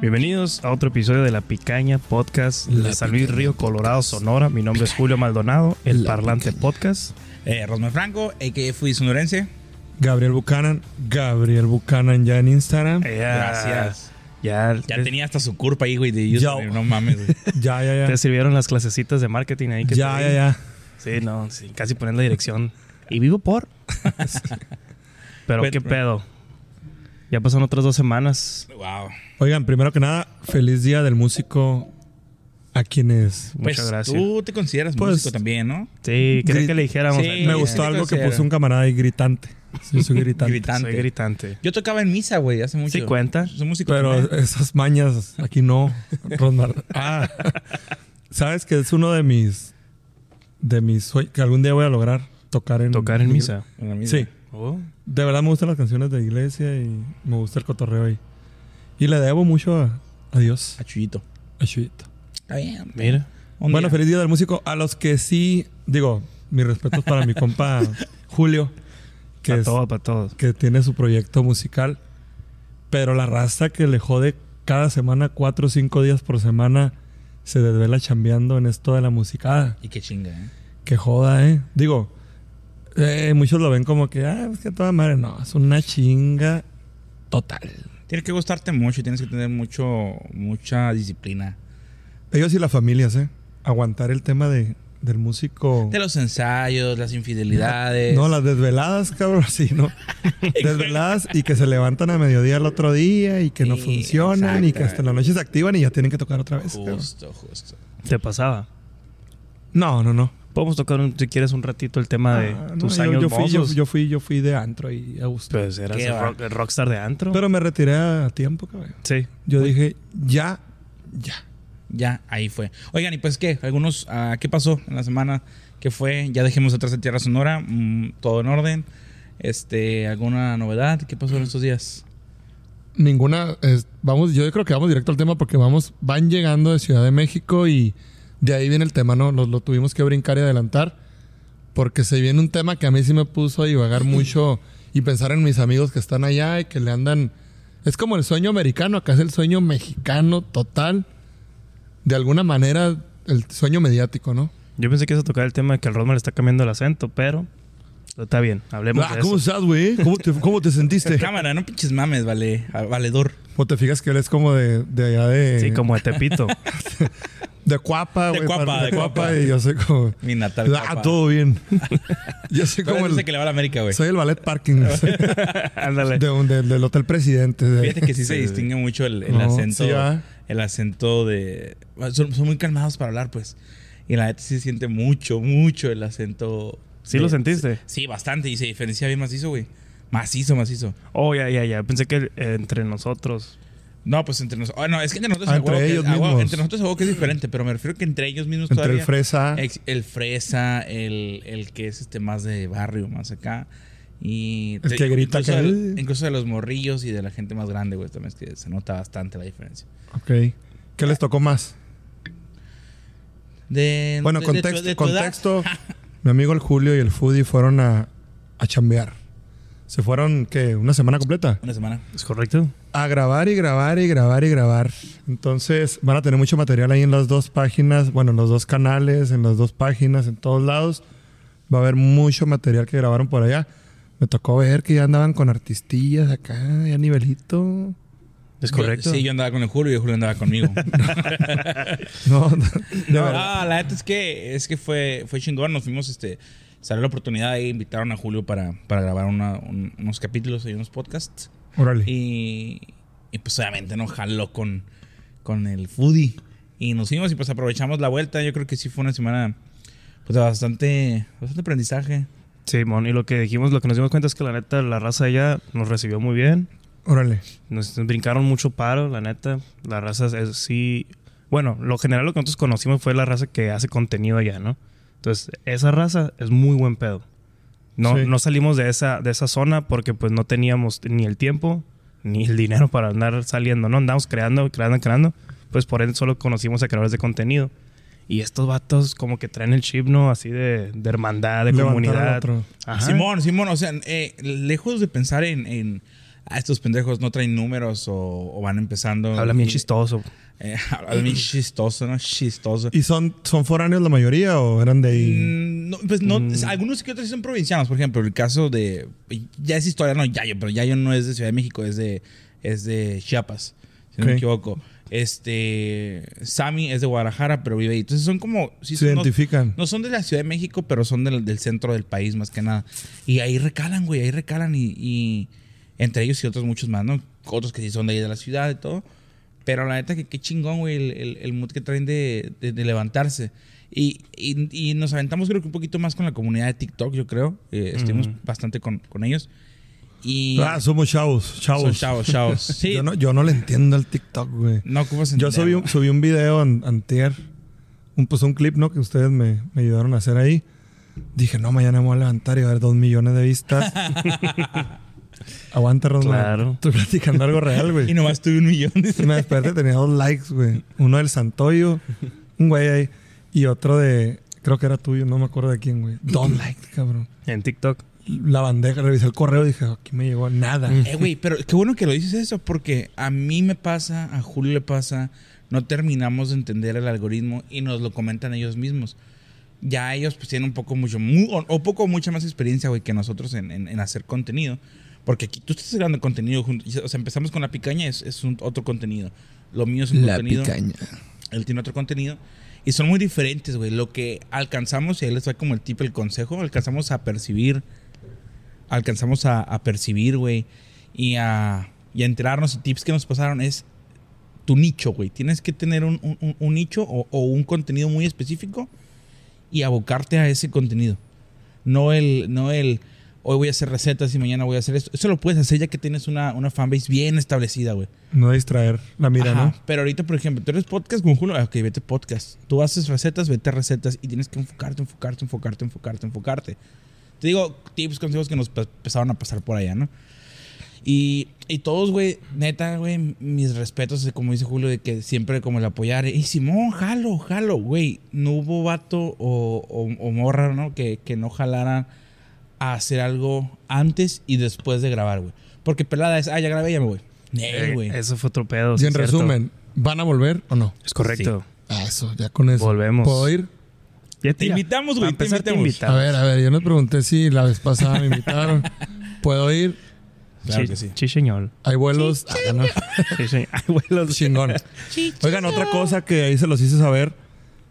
Bienvenidos a otro episodio de La Picaña Podcast de La San Luis Picaña Río, Colorado, Sonora. Mi nombre es Julio Maldonado, el La parlante Picaña. podcast. Eh, Rosmar Franco, a.k.a. Fui Sonorense. Gabriel Buchanan, Gabriel Buchanan ya en Instagram. Eh, Gracias. Ya, Ah, Ya te, tenía hasta su curva ahí, güey, de YouTube. Yo. No mames, güey. Ya, ya, te ya. sirvieron las clasecitas de marketing ahí que Ya, te ya, di. ya. Sí, no, sí, casi poner la dirección. Y vivo por. Pero Bueno, qué bueno. pedo. Ya pasaron otras dos semanas. Wow. Oigan, primero que nada, feliz día del músico a quienes. Muchas Pues, gracias. Tú te consideras Pues- músico también, ¿no? Sí, quería Gri- que le dijéramos. Sí, eh, Me sí, gustó sí, algo que considero. puso un camarada ahí gritante. Sí, soy gritante. Gritante. Soy gritante. Yo tocaba en misa, güey, hace mucho. Sí cuenta. Soy músico. Pero también. esas mañas aquí no, Rosmar. Ah, sabes que es uno de mis. de mis sueños que algún día voy a lograr tocar en. Tocar en misa. En la misa. Sí. Oh, De verdad me gustan las canciones de iglesia y me gusta el cotorreo ahí. Y le debo mucho a, a Dios. A Chuyito. A Chuyito. Ah, Está bien. mira. Un Bueno, día. feliz día del músico. A los que sí, digo, mis respetos para mi compa Julio, que, Para es- todos, para todos. que tiene su proyecto musical. Pero la raza que le jode cada semana, cuatro o cinco días por semana, se desvela chambeando en esto de la musicada. Y qué chinga, ¿eh? Que joda, ¿eh? Digo, eh, muchos lo ven como que, ah, es que toda madre, no, es una chinga total. Tienes que gustarte mucho y tienes que tener mucho, mucha disciplina. Ellos y las familias, ¿eh? Aguantar el tema de, del músico. De los ensayos, las infidelidades. No, las desveladas, cabrón, sí, ¿no? desveladas y que se levantan a mediodía el otro día y que no Sí, funcionan y que hasta exactamente. la noche se activan y ya tienen que tocar otra vez. cabrón. Justo, justo. Te pasaba. No, no, no. Podemos tocar, un- si quieres, un ratito el tema de Ah, no, tus yo, años yo fui, yo, mozos. yo fui, yo fui de antro y a gusto. Pues eras Qué el, va. rock- el rockstar de antro. Pero me retiré a tiempo, cabrón. sí. Yo dije, ya, ya. Ya, ahí fue. Oigan, ¿y pues qué? Algunos, ah, ¿qué pasó en la semana? ¿Qué fue? Ya dejemos atrás de Tierra Sonora, mm, todo en orden. Este, ¿alguna novedad? ¿Qué pasó en estos días? Ninguna, es- vamos, yo creo que vamos directo al tema porque vamos, van llegando de Ciudad de México y de ahí viene el tema, ¿no? Lo, lo tuvimos que brincar y adelantar porque se viene un tema que a mí sí me puso a divagar mucho y pensar en mis amigos que están allá y que le andan... Es como el sueño americano, acá es el sueño mexicano total, de alguna manera el sueño mediático, ¿no? Yo pensé que ibas a tocar el tema de que el Rosmar está cambiando el acento, pero está bien. Hablemos de eso. estás, güey? Ah, ¿Cómo te, cómo te sentiste? Cámara, no pinches mames, vale, a- valedor. ¿O te fijas que él es como de, de allá de... Sí, como de Tepito. De cuapa, De güey. Cuapa, para- de Cuapa. Y yo sé como... Mi natal. Ah, papá. todo bien. Yo soy Pero como él el, dice que le va a la América, güey. soy el ballet parking de Ándale. un- del- del hotel presidente. de- Fíjate que sí se Sí. distingue mucho el, el No, acento. sí, ah. ¿verdad? el acento de. bueno, Son, son muy calmados para hablar, pues. Y la neta sí se siente mucho, mucho el acento. ¿Sí de- lo sentiste? Sí, bastante. Y se diferencia bien macizo, güey. Macizo, macizo. Oh, ya, ya, ya. Pensé que eh, entre nosotros. No, pues entre nosotros. no, es que entre nosotros Ah, a huevo entre que- ellos a huevo- mismos. entre nosotros a huevo que es diferente, pero me refiero que entre ellos mismos entre todavía. el fresa. ex- el fresa, el, el que es este más de barrio, más acá. Y El que grita incluso, que- de, incluso de los morrillos y de la gente más grande, güey, también es que se nota bastante la diferencia. Ok. ¿Qué les tocó más? De, Bueno, de- de tu- contexto. de tu edad. contexto mi amigo el Julio y el Foodie fueron a, a chambear. Se fueron, ¿qué? ¿Una semana completa? Una semana. ¿Es correcto? A grabar y grabar y grabar y grabar. Entonces van a tener mucho material ahí en las dos páginas, bueno, en los dos canales, en las dos páginas, en todos lados. Va a haber mucho material que grabaron por allá. Me tocó ver que ya andaban con artistillas acá, ya nivelito. ¿Es correcto? Yo- sí, yo andaba con el Julio y el Julio andaba conmigo. No, de verdad. Ah, la neta es que es que fue, fue chingón. Nos fuimos, este, salió la oportunidad y invitaron a Julio para, para grabar una- un- unos capítulos y unos podcasts. Órale. Y, y, pues obviamente nos jaló con, con el foodie. Y nos fuimos y pues aprovechamos la vuelta. Yo creo que sí fue una semana pues de bastante, bastante aprendizaje. Simón, y lo que dijimos, lo que nos dimos cuenta es que la neta, la raza allá nos recibió muy bien. Órale. Nos brincaron mucho paro, la neta. La raza es- sí. Bueno, lo general lo que nosotros conocimos fue la raza que hace contenido allá, ¿no? Entonces, esa raza es muy buen pedo. No, Sí. no salimos de esa, de esa zona porque pues no teníamos ni el tiempo ni el dinero para andar saliendo, ¿no? Andamos creando, creando, creando. Pues por ende solo conocimos a creadores de contenido. Y estos vatos como que traen el chip, ¿no? Así de, de hermandad, de Levantar al comunidad. otro. Ajá. Simón, Simón, o sea, eh, lejos de pensar en, en ah, estos pendejos no traen números o, o van empezando. Habla bien Y- chistoso. eh, hablan bien chistoso, ¿no? Chistoso. ¿Y son, son foráneos la mayoría o eran de ahí? Mm, no, pues no, Mm. algunos que otros son provincianos, por ejemplo, el caso de ya es historia, no Yayo, pero Yayo no es de Ciudad de México, es de es de Chiapas, si no Ok. me equivoco. Este Sammy es de Guadalajara, pero vive ahí. Entonces son como sí, Se son- no- identifican. no son de la Ciudad de México, pero son del, del centro del país más que nada. Y ahí recalan, güey, ahí recalan y, y entre ellos y otros muchos más, ¿no? Otros que sí son de ahí de la ciudad y todo. Pero la neta que qué chingón, güey, el, el, el mood que traen de, de- de levantarse. Y, y- y nos aventamos creo que un poquito más con la comunidad de TikTok, yo creo. Eh, estuvimos Ujú. bastante con, con ellos. Y Ah, somos chavos, chavos. son chavos, chavos. Sí. Yo, no, yo no le entiendo al TikTok, güey. no ocupas Yo subí entenderlo. un, subí un video an- antier, un, pues un clip, ¿no? Que ustedes me, me ayudaron a hacer ahí. Dije, no, mañana me voy a levantar y va a haber dos millones de vistas. Aguanta, Rosman. Claro. Estoy platicando algo real, güey. Y nomás tuve un millón. Y me desperté, tenía dos likes, güey. Uno del Santoyo, un güey ahí, y otro de, creo que era tuyo, no me acuerdo de quién, güey. Dos likes, cabrón. En TikTok. La bandeja, revisé el correo y dije, aquí me llegó nada. Mm. Eh, güey, pero qué bueno que lo dices eso, porque a mí me pasa, a Julio le pasa, no terminamos de entender el algoritmo y nos lo comentan ellos mismos. Ya ellos pues tienen un poco mucho, mu- o, o poco o mucha más experiencia, güey, que nosotros en, en- en hacer contenido. Porque aquí tú estás creando contenido junto, o sea, empezamos con la picaña, es, es un, otro contenido. Lo mío es un contenido. Él tiene otro contenido. Y son muy diferentes, güey. Lo que alcanzamos, y ahí les va como el tip, el consejo, alcanzamos a percibir. Alcanzamos a, a percibir, güey. Y a, y a enterarnos. Y tips que nos pasaron es tu nicho, güey. Tienes que tener un, un- un- un nicho o, o un contenido muy específico y abocarte a ese contenido. No el, no el, hoy voy a hacer recetas y mañana voy a hacer esto. Eso lo puedes hacer ya que tienes una, una fanbase bien establecida, güey. No distraer la mira, Ajá, ¿no? Pero ahorita, por ejemplo, tú eres podcast con Julio. ah, Ok, vete podcast. Tú haces recetas, vete a recetas y tienes que enfocarte, enfocarte, enfocarte, enfocarte, enfocarte. Te digo tips, consejos que nos pe- empezaron a pasar por allá, ¿no? Y, y todos, güey, neta, güey, mis respetos, como dice Julio, de que siempre como el apoyar. Y Simón, jalo, jalo, güey. No hubo vato o, o- o morra, ¿no? Que, que no jalara a hacer algo antes y después de grabar, güey. Porque pelada es, ah, ya grabé, ya me voy. Nel, Eh, güey. eso fue otro pedo. sí y en es cierto. resumen, ¿van a volver o no? Es correcto. Pues, Ah, eso, ya con eso. Volvemos. ¿Puedo ir? Ya Te mira, invitamos, para güey, te empezar, invitamos. A ver, a ver, yo les pregunté si la vez pasada me invitaron. ¿Puedo ir? Claro Sí, que sí. sí, señor. Hay vuelos. Ah, no. Sí, señor. Ay, güey, los- Chingón. Oigan, otra cosa que ahí se los hice saber.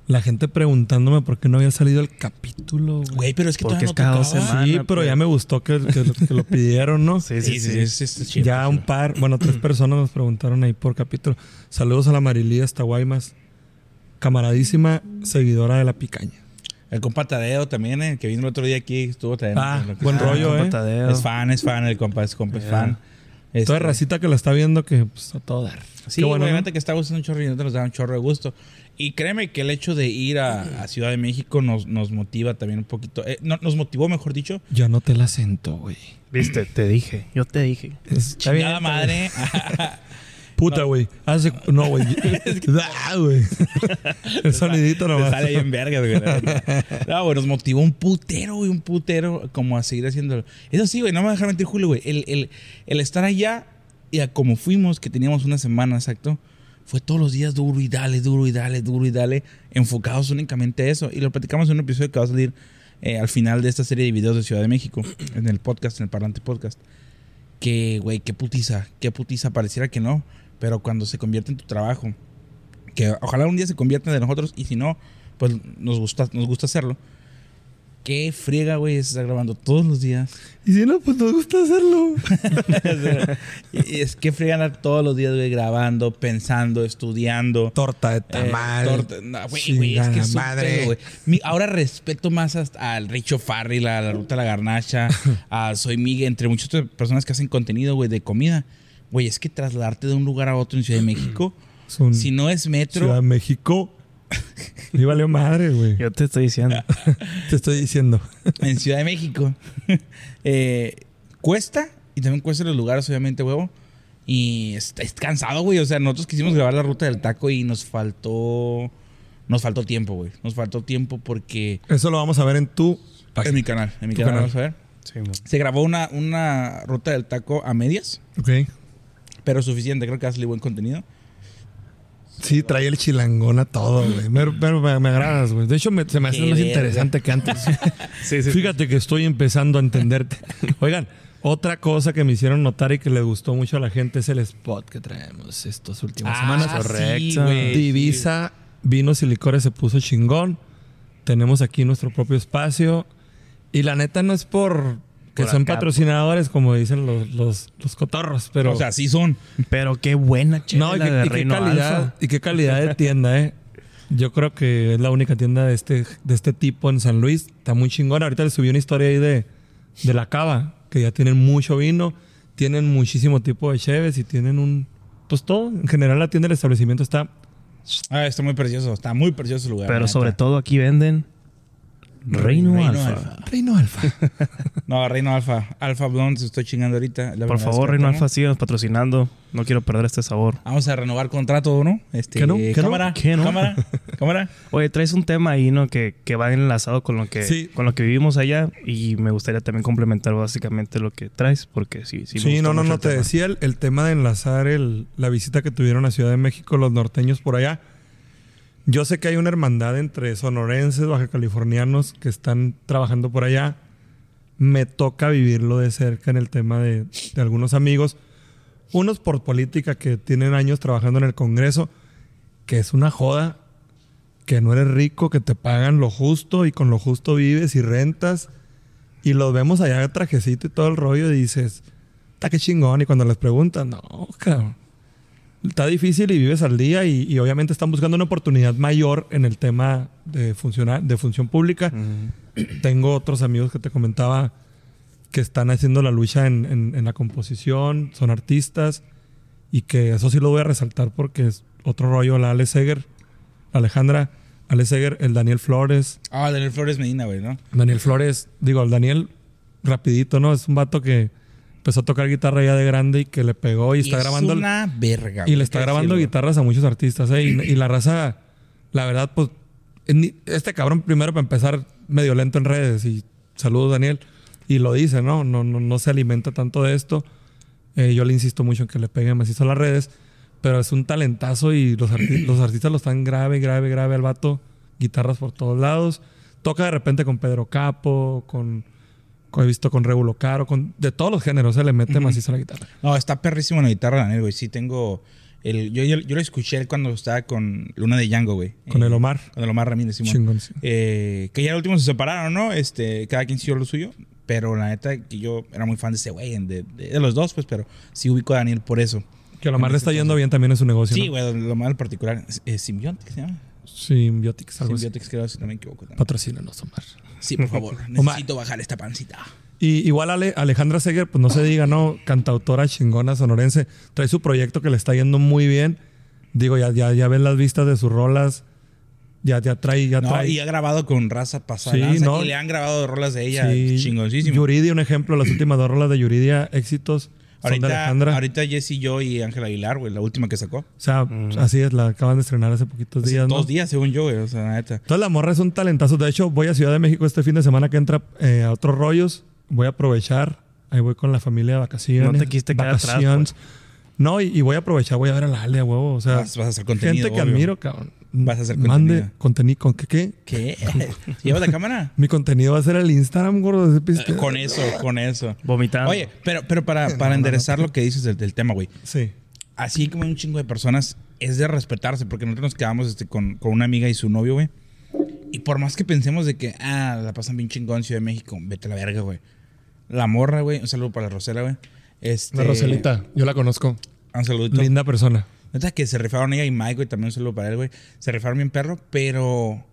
La gente preguntándome por qué no había salido el capítulo, güey. Güey, pero es que Porque todavía es no cada dos tocaba. semanas. Sí, Ana, pero pues. ya me gustó que, que lo, que lo pidieron, ¿no? Sí, Sí, sí, sí. sí, sí, sí, ya sí, un sí. par, bueno, tres personas nos preguntaron ahí por capítulo. Saludos a la Marilí hasta Guaymas. Camaradísima seguidora de la picaña. El compa Tadeo también, eh, que vino el otro día aquí, estuvo también. Ah, Lo que- buen rollo, compa ¿eh? Tadeo. Es fan, es fan, el compa es compa, es Ya. fan. Este, Toda racita que la está viendo que pues, a todo dar. Sí, Qué bueno, güey, ¿no? neta que está gustando un chorro y neta nos da un chorro de gusto. Y créeme que el hecho de ir a, a Ciudad de México nos, nos motiva también un poquito. eh, no- nos motivó, mejor dicho. Ya no te la acento, güey. Viste, te dije. Yo te dije. Es- está bien, Chingada está bien. madre. Puta, güey. Hace... No, güey. Ah, güey. El sonidito Te nomás. sale bien vergas, güey. la neta. No, güey, nos motivó un putero, güey, un putero como a seguir haciéndolo. Eso sí, güey, no me vas a dejar mentir, Julio, güey. El, el, el estar allá y a como fuimos, que teníamos una semana, exacto, fue todos los días duro y dale, duro y dale, duro y dale, enfocados únicamente a eso. Y lo platicamos en un episodio que va a salir eh, al final de esta serie de videos de Ciudad de México, en el podcast, en el Parlante Podcast. Que, güey, qué putiza, qué putiza, pareciera que no, pero cuando se convierte en tu trabajo que ojalá un día se convierta de nosotros y si no, pues nos gusta, nos gusta hacerlo. Qué friega, güey, es estar grabando todos los días. Y si no, pues nos gusta hacerlo. Y es que friega andar todos los días, güey, grabando, pensando, estudiando. Torta de Eh, tamal. torta- no, güey, güey, es que es un pedo, güey. Mi- ahora respeto más hasta al Richo Farrell, a la Ruta de la Garnacha, a Soy Miguel, entre muchas otras personas que hacen contenido, güey, de comida. Güey, es que trasladarte de un lugar a otro en Ciudad de México, Es un- si no es metro, Mm. Ciudad de México. Y valió madre, güey. Yo te estoy diciendo. Te estoy diciendo. en Ciudad de México. Eh, cuesta y también cuesta los lugares, obviamente, huevo. Y es, es cansado, güey. O sea, nosotros quisimos grabar la ruta del taco y nos faltó. Nos faltó tiempo, güey. Nos faltó tiempo porque. Eso lo vamos a ver en tu En página. mi canal, en mi Tu canal, canal. vamos a ver. Sí, mo. Se grabó una, una ruta del taco a medias, Ok. pero suficiente. Creo que hace buen contenido. Sí, trae el chilangón a todo, güey. Me, pero me, me agradas, güey. De hecho, me- se me hace Qué más verga. interesante que antes. sí, sí. Fíjate que estoy empezando a entenderte. Oigan, otra cosa que me hicieron notar y que les gustó mucho a la gente es el spot que traemos estas últimas semanas. sí, correcto. Ah, güey, Divisa, vinos y licores se puso chingón. Tenemos aquí nuestro propio espacio. Y la neta no es por que Por son acá, patrocinadores, como dicen los, los, los cotorros, pero... O sea, sí son. Pero qué buena chela No, y, la qué- de y qué Reino calidad, Alfa. y qué calidad de tienda, ¿eh? Yo creo que es la única tienda de este, de este tipo en San Luis. Está muy chingona. Ahorita les subí una historia ahí de, de la cava, que ya tienen mucho vino, tienen muchísimo tipo de cheves y tienen un... Pues todo, en general la tienda del establecimiento está... Ah, está muy precioso. Está muy precioso el lugar. la Pero neta. sobre todo aquí venden Reino, Reino Alfa. Alfa. Reino Alfa. No, Reino Alfa. Alfa Blonde, se estoy chingando ahorita. La Por primera vez favor, que Reino lo tomo. Alfa, síganos patrocinando. No quiero perder este sabor. Vamos a renovar contrato, ¿no? Este, ¿Qué no? ¿Qué no? cámara, ¿Qué no? cámara, cámara. Oye, traes un tema ahí, ¿no? Que, que va enlazado con lo que, Sí. con lo que vivimos allá. Y me gustaría también complementar básicamente lo que traes, porque sí, sí. Sí, me gustó no, no, mucho no. el Te tema. decía el, el tema de enlazar el, la visita que tuvieron a Ciudad de México los norteños por allá. Yo sé que hay una hermandad entre sonorenses, baja californianos que están trabajando por allá. Me toca vivirlo de cerca en el tema de, de algunos amigos. Unos por política que tienen años trabajando en el Congreso, que es una joda, que no eres rico, que te pagan lo justo y con lo justo vives y rentas. Y los vemos allá de trajecito y todo el rollo y dices, está que chingón. Y cuando les preguntan, no, cabrón. Está difícil y vives al día y, y obviamente están buscando una oportunidad mayor en el tema de, funcionar, de función pública. Tengo otros amigos que te comentaba que están haciendo la lucha en, en- en la composición, son artistas y que eso sí lo voy a resaltar porque es otro rollo la Ale Seger, la Alejandra, Ale Seger, el Daniel Flores, Ah, Daniel Flores Medina, güey, ¿no? Daniel Flores, digo, el Daniel, rapidito, ¿no? Es un vato que empezó a tocar guitarra ya de grande y que le pegó y está es grabando. una verga. Y güey, le está hay que grabando decirlo. guitarras a muchos artistas, ¿eh? Y, y la raza, la verdad, pues, ni- este cabrón primero para empezar medio lento en redes y saludos Daniel. Y lo dice, ¿no? No, no, no se alimenta tanto de esto. Eh, yo le insisto mucho en que le peguen macizo a las redes, pero es un talentazo y los, arti- los artistas lo están grave, grave, grave al vato. Guitarras por todos lados. Toca de repente con Pedro Capo, con... con- He visto con Regulo Caro, con, de todos los géneros, se le mete macizo a la guitarra. No, está perrísimo en la guitarra, Daniel, güey. Sí, tengo. El, yo, yo, yo lo escuché cuando estaba con Luna de Django, güey. Con Eh, el Omar. Con el Omar Ramírez, Simón. Chingón, sí. Eh, que ya al último se separaron, ¿no? Este, cada quien siguió lo suyo. Pero la neta, que yo era muy fan de ese güey, de, de- de los dos, pues, pero sí ubico a Daniel por eso. Que a lo más le está yendo bien también en su negocio. Sí, ¿no? güey, lo más en particular. Eh, Symbiotics, ¿se llama? Symbiotics, algo así. Symbiotics, creo, si no me equivoco. También. Patrocínanos, Omar. Sí, por favor. Omar. Necesito bajar esta pancita. Y igual Ale- Alejandra Seger, pues no se diga, ¿no? Cantautora chingona sonorense. Trae su proyecto que le está yendo muy bien. Digo, ya, ya, ya ven las vistas de sus rolas. Ya, ya trae, ya No, trae. y ha grabado con raza pasada. Sí, de lanza, no. Y le han grabado rolas de ella Sí. chingoncísimo. Yuridia, un ejemplo, las últimas dos rolas de Yuridia, éxitos. Son de ahorita, Alejandra. ahorita Jesse, yo y Ángel Aguilar, güey, la última que sacó. O sea, así es, la acaban de estrenar hace poquitos Hace días. ¿no? dos días, según yo, güey. O sea, la neta. Todas las morras son talentazos. De hecho, voy a Ciudad de México este fin de semana que entra eh, a otros rollos. Voy a aprovechar. Ahí voy con la familia de vacaciones. No te quisiste quedar pues. atrás, Vacaciones. No, y, y voy a aprovechar. Voy a ver a la Ale, a huevo. O sea, Vas- vas a hacer gente contenido, que obvio. admiro, cabrón. Vas a hacer Mande contenido. ¿Con qué, qué? ¿Qué? ¿Lleva la cámara? Mi contenido va a ser el Instagram, gordo. ese piste. Eh, Con eso, con eso. Vomitando. Oye, pero, pero para, para enderezar lo que dices del, del tema, güey. Sí. Así como hay un chingo de personas, es de respetarse, porque nosotros nos quedamos este, con, con una amiga y su novio, güey. Y por más que pensemos de que, ah, la pasan bien chingón en Ciudad de México, vete a la verga, güey. La morra, güey. Un saludo para la Rosela, güey. Este, La Roselita. Yo la conozco. Un saludito. Linda persona. Neta que se rifaron ella y Mike, güey, también un saludo para él, güey. Se rifaron bien perro, pero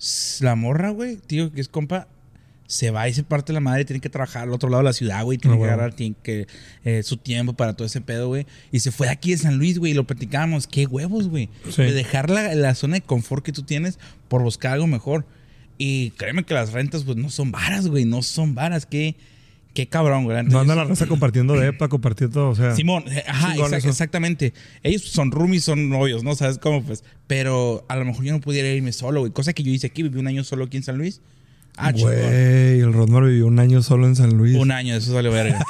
s- la morra, güey, tío, que es compa, se va y se parte la madre, tiene que trabajar al otro lado de la ciudad, güey, tiene Ah, que bueno. agarrar tiene que, eh, su tiempo para todo ese pedo, güey. Y se fue de aquí de San Luis, güey, y lo platicamos, qué huevos, güey. Sí. De dejar la, la zona de confort que tú tienes por buscar algo mejor. Y créeme que las rentas, pues, no son varas, güey, no son varas, qué, qué cabrón, güey. La neta, No anda yo- la raza compartiendo de EPA, compartiendo, o sea... Simón, eh, ajá, Ah. Chingón exac- eso. exactamente. Ellos son roomies, son novios, ¿no? ¿Sabes cómo? Pues, pero a lo mejor yo no pudiera irme solo, güey. Cosa que yo hice aquí, viví un año solo aquí en San Luis. Ah, chingón. Güey, el Rodmar vivió un año solo en San Luis. Un año, eso sale verga.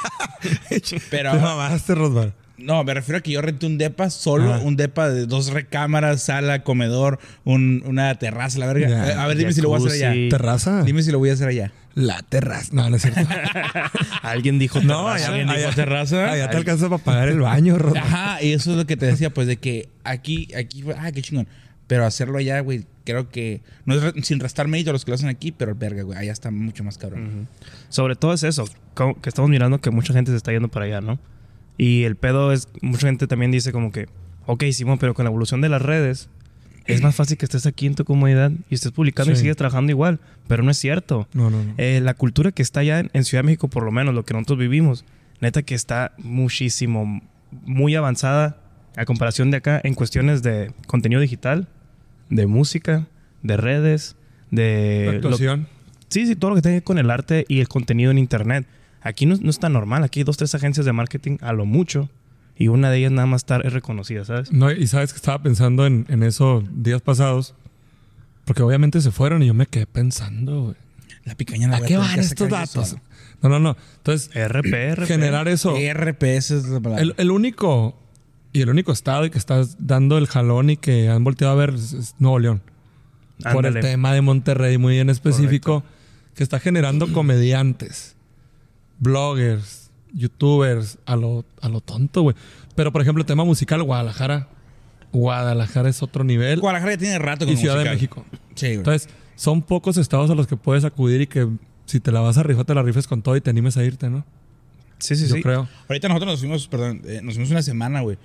Pero Te mamaste, Rodmar. no, me refiero a que yo renté un depa solo, Ah. un depa de dos recámaras, sala, comedor, un- una terraza, la verga. Ya, Eh, a ver, dime si lo voy a hacer jacuzzi. allá. ¿Terraza? Dime si lo voy a hacer allá. La terraza. No, no es cierto. Alguien dijo No, terraza, allá- alguien dijo allá- terraza. Ah, ya te alcanza para pagar el baño, Rodmar. Ajá, y eso es lo que te decía, pues de que aquí, aquí, fue- ah, qué chingón. Pero hacerlo allá, güey, creo que, no es re- sin restar mérito a los que lo hacen aquí, pero verga, güey, allá está mucho más cabrón. Sobre todo es eso, como que estamos mirando que mucha gente se está yendo para allá, ¿no? Y el pedo es, mucha gente también dice como que, ok, Simón, pero con la evolución de las redes, es más fácil que estés aquí en tu comunidad y estés publicando y Sí. sigues trabajando igual, pero no es cierto. No, no, no. Eh, la cultura que está allá en, en Ciudad de México, por lo menos lo que nosotros vivimos, neta que está muchísimo, muy avanzada a comparación de acá en cuestiones de contenido digital, de música, de redes, de... lo- Actuación. Sí, sí, todo lo que tenga que ver con el arte y el contenido en internet. Aquí no, no está normal. Aquí hay dos, tres agencias de marketing a lo mucho. Y una de ellas nada más estar es reconocida, ¿sabes? No, y sabes que estaba pensando en, en eso días pasados. Porque obviamente se fueron y yo me quedé pensando, güey. La picaña la ¿A voy qué tener van Ah, que estos sacar yo datos? solo. No, no, no. Entonces, RPR. generar eso. RPS es la palabra. El, el único y el único estado y que estás dando el jalón y que han volteado a ver es, es Nuevo León. Por el tema de Monterrey muy en específico, que está generando comediantes, bloggers, youtubers, a lo, a lo tonto, güey. Pero, por ejemplo, el tema musical, Guadalajara. Guadalajara es otro nivel. Guadalajara ya tiene rato con Y Ciudad de musical. México. Sí, güey. Entonces, son pocos estados a los que puedes acudir y que si te la vas a rifar, te la rifes con todo y te animes a irte, ¿no? Sí, sí, Yo sí. creo. Ahorita nosotros nos fuimos, perdón, eh, nos fuimos una semana, güey.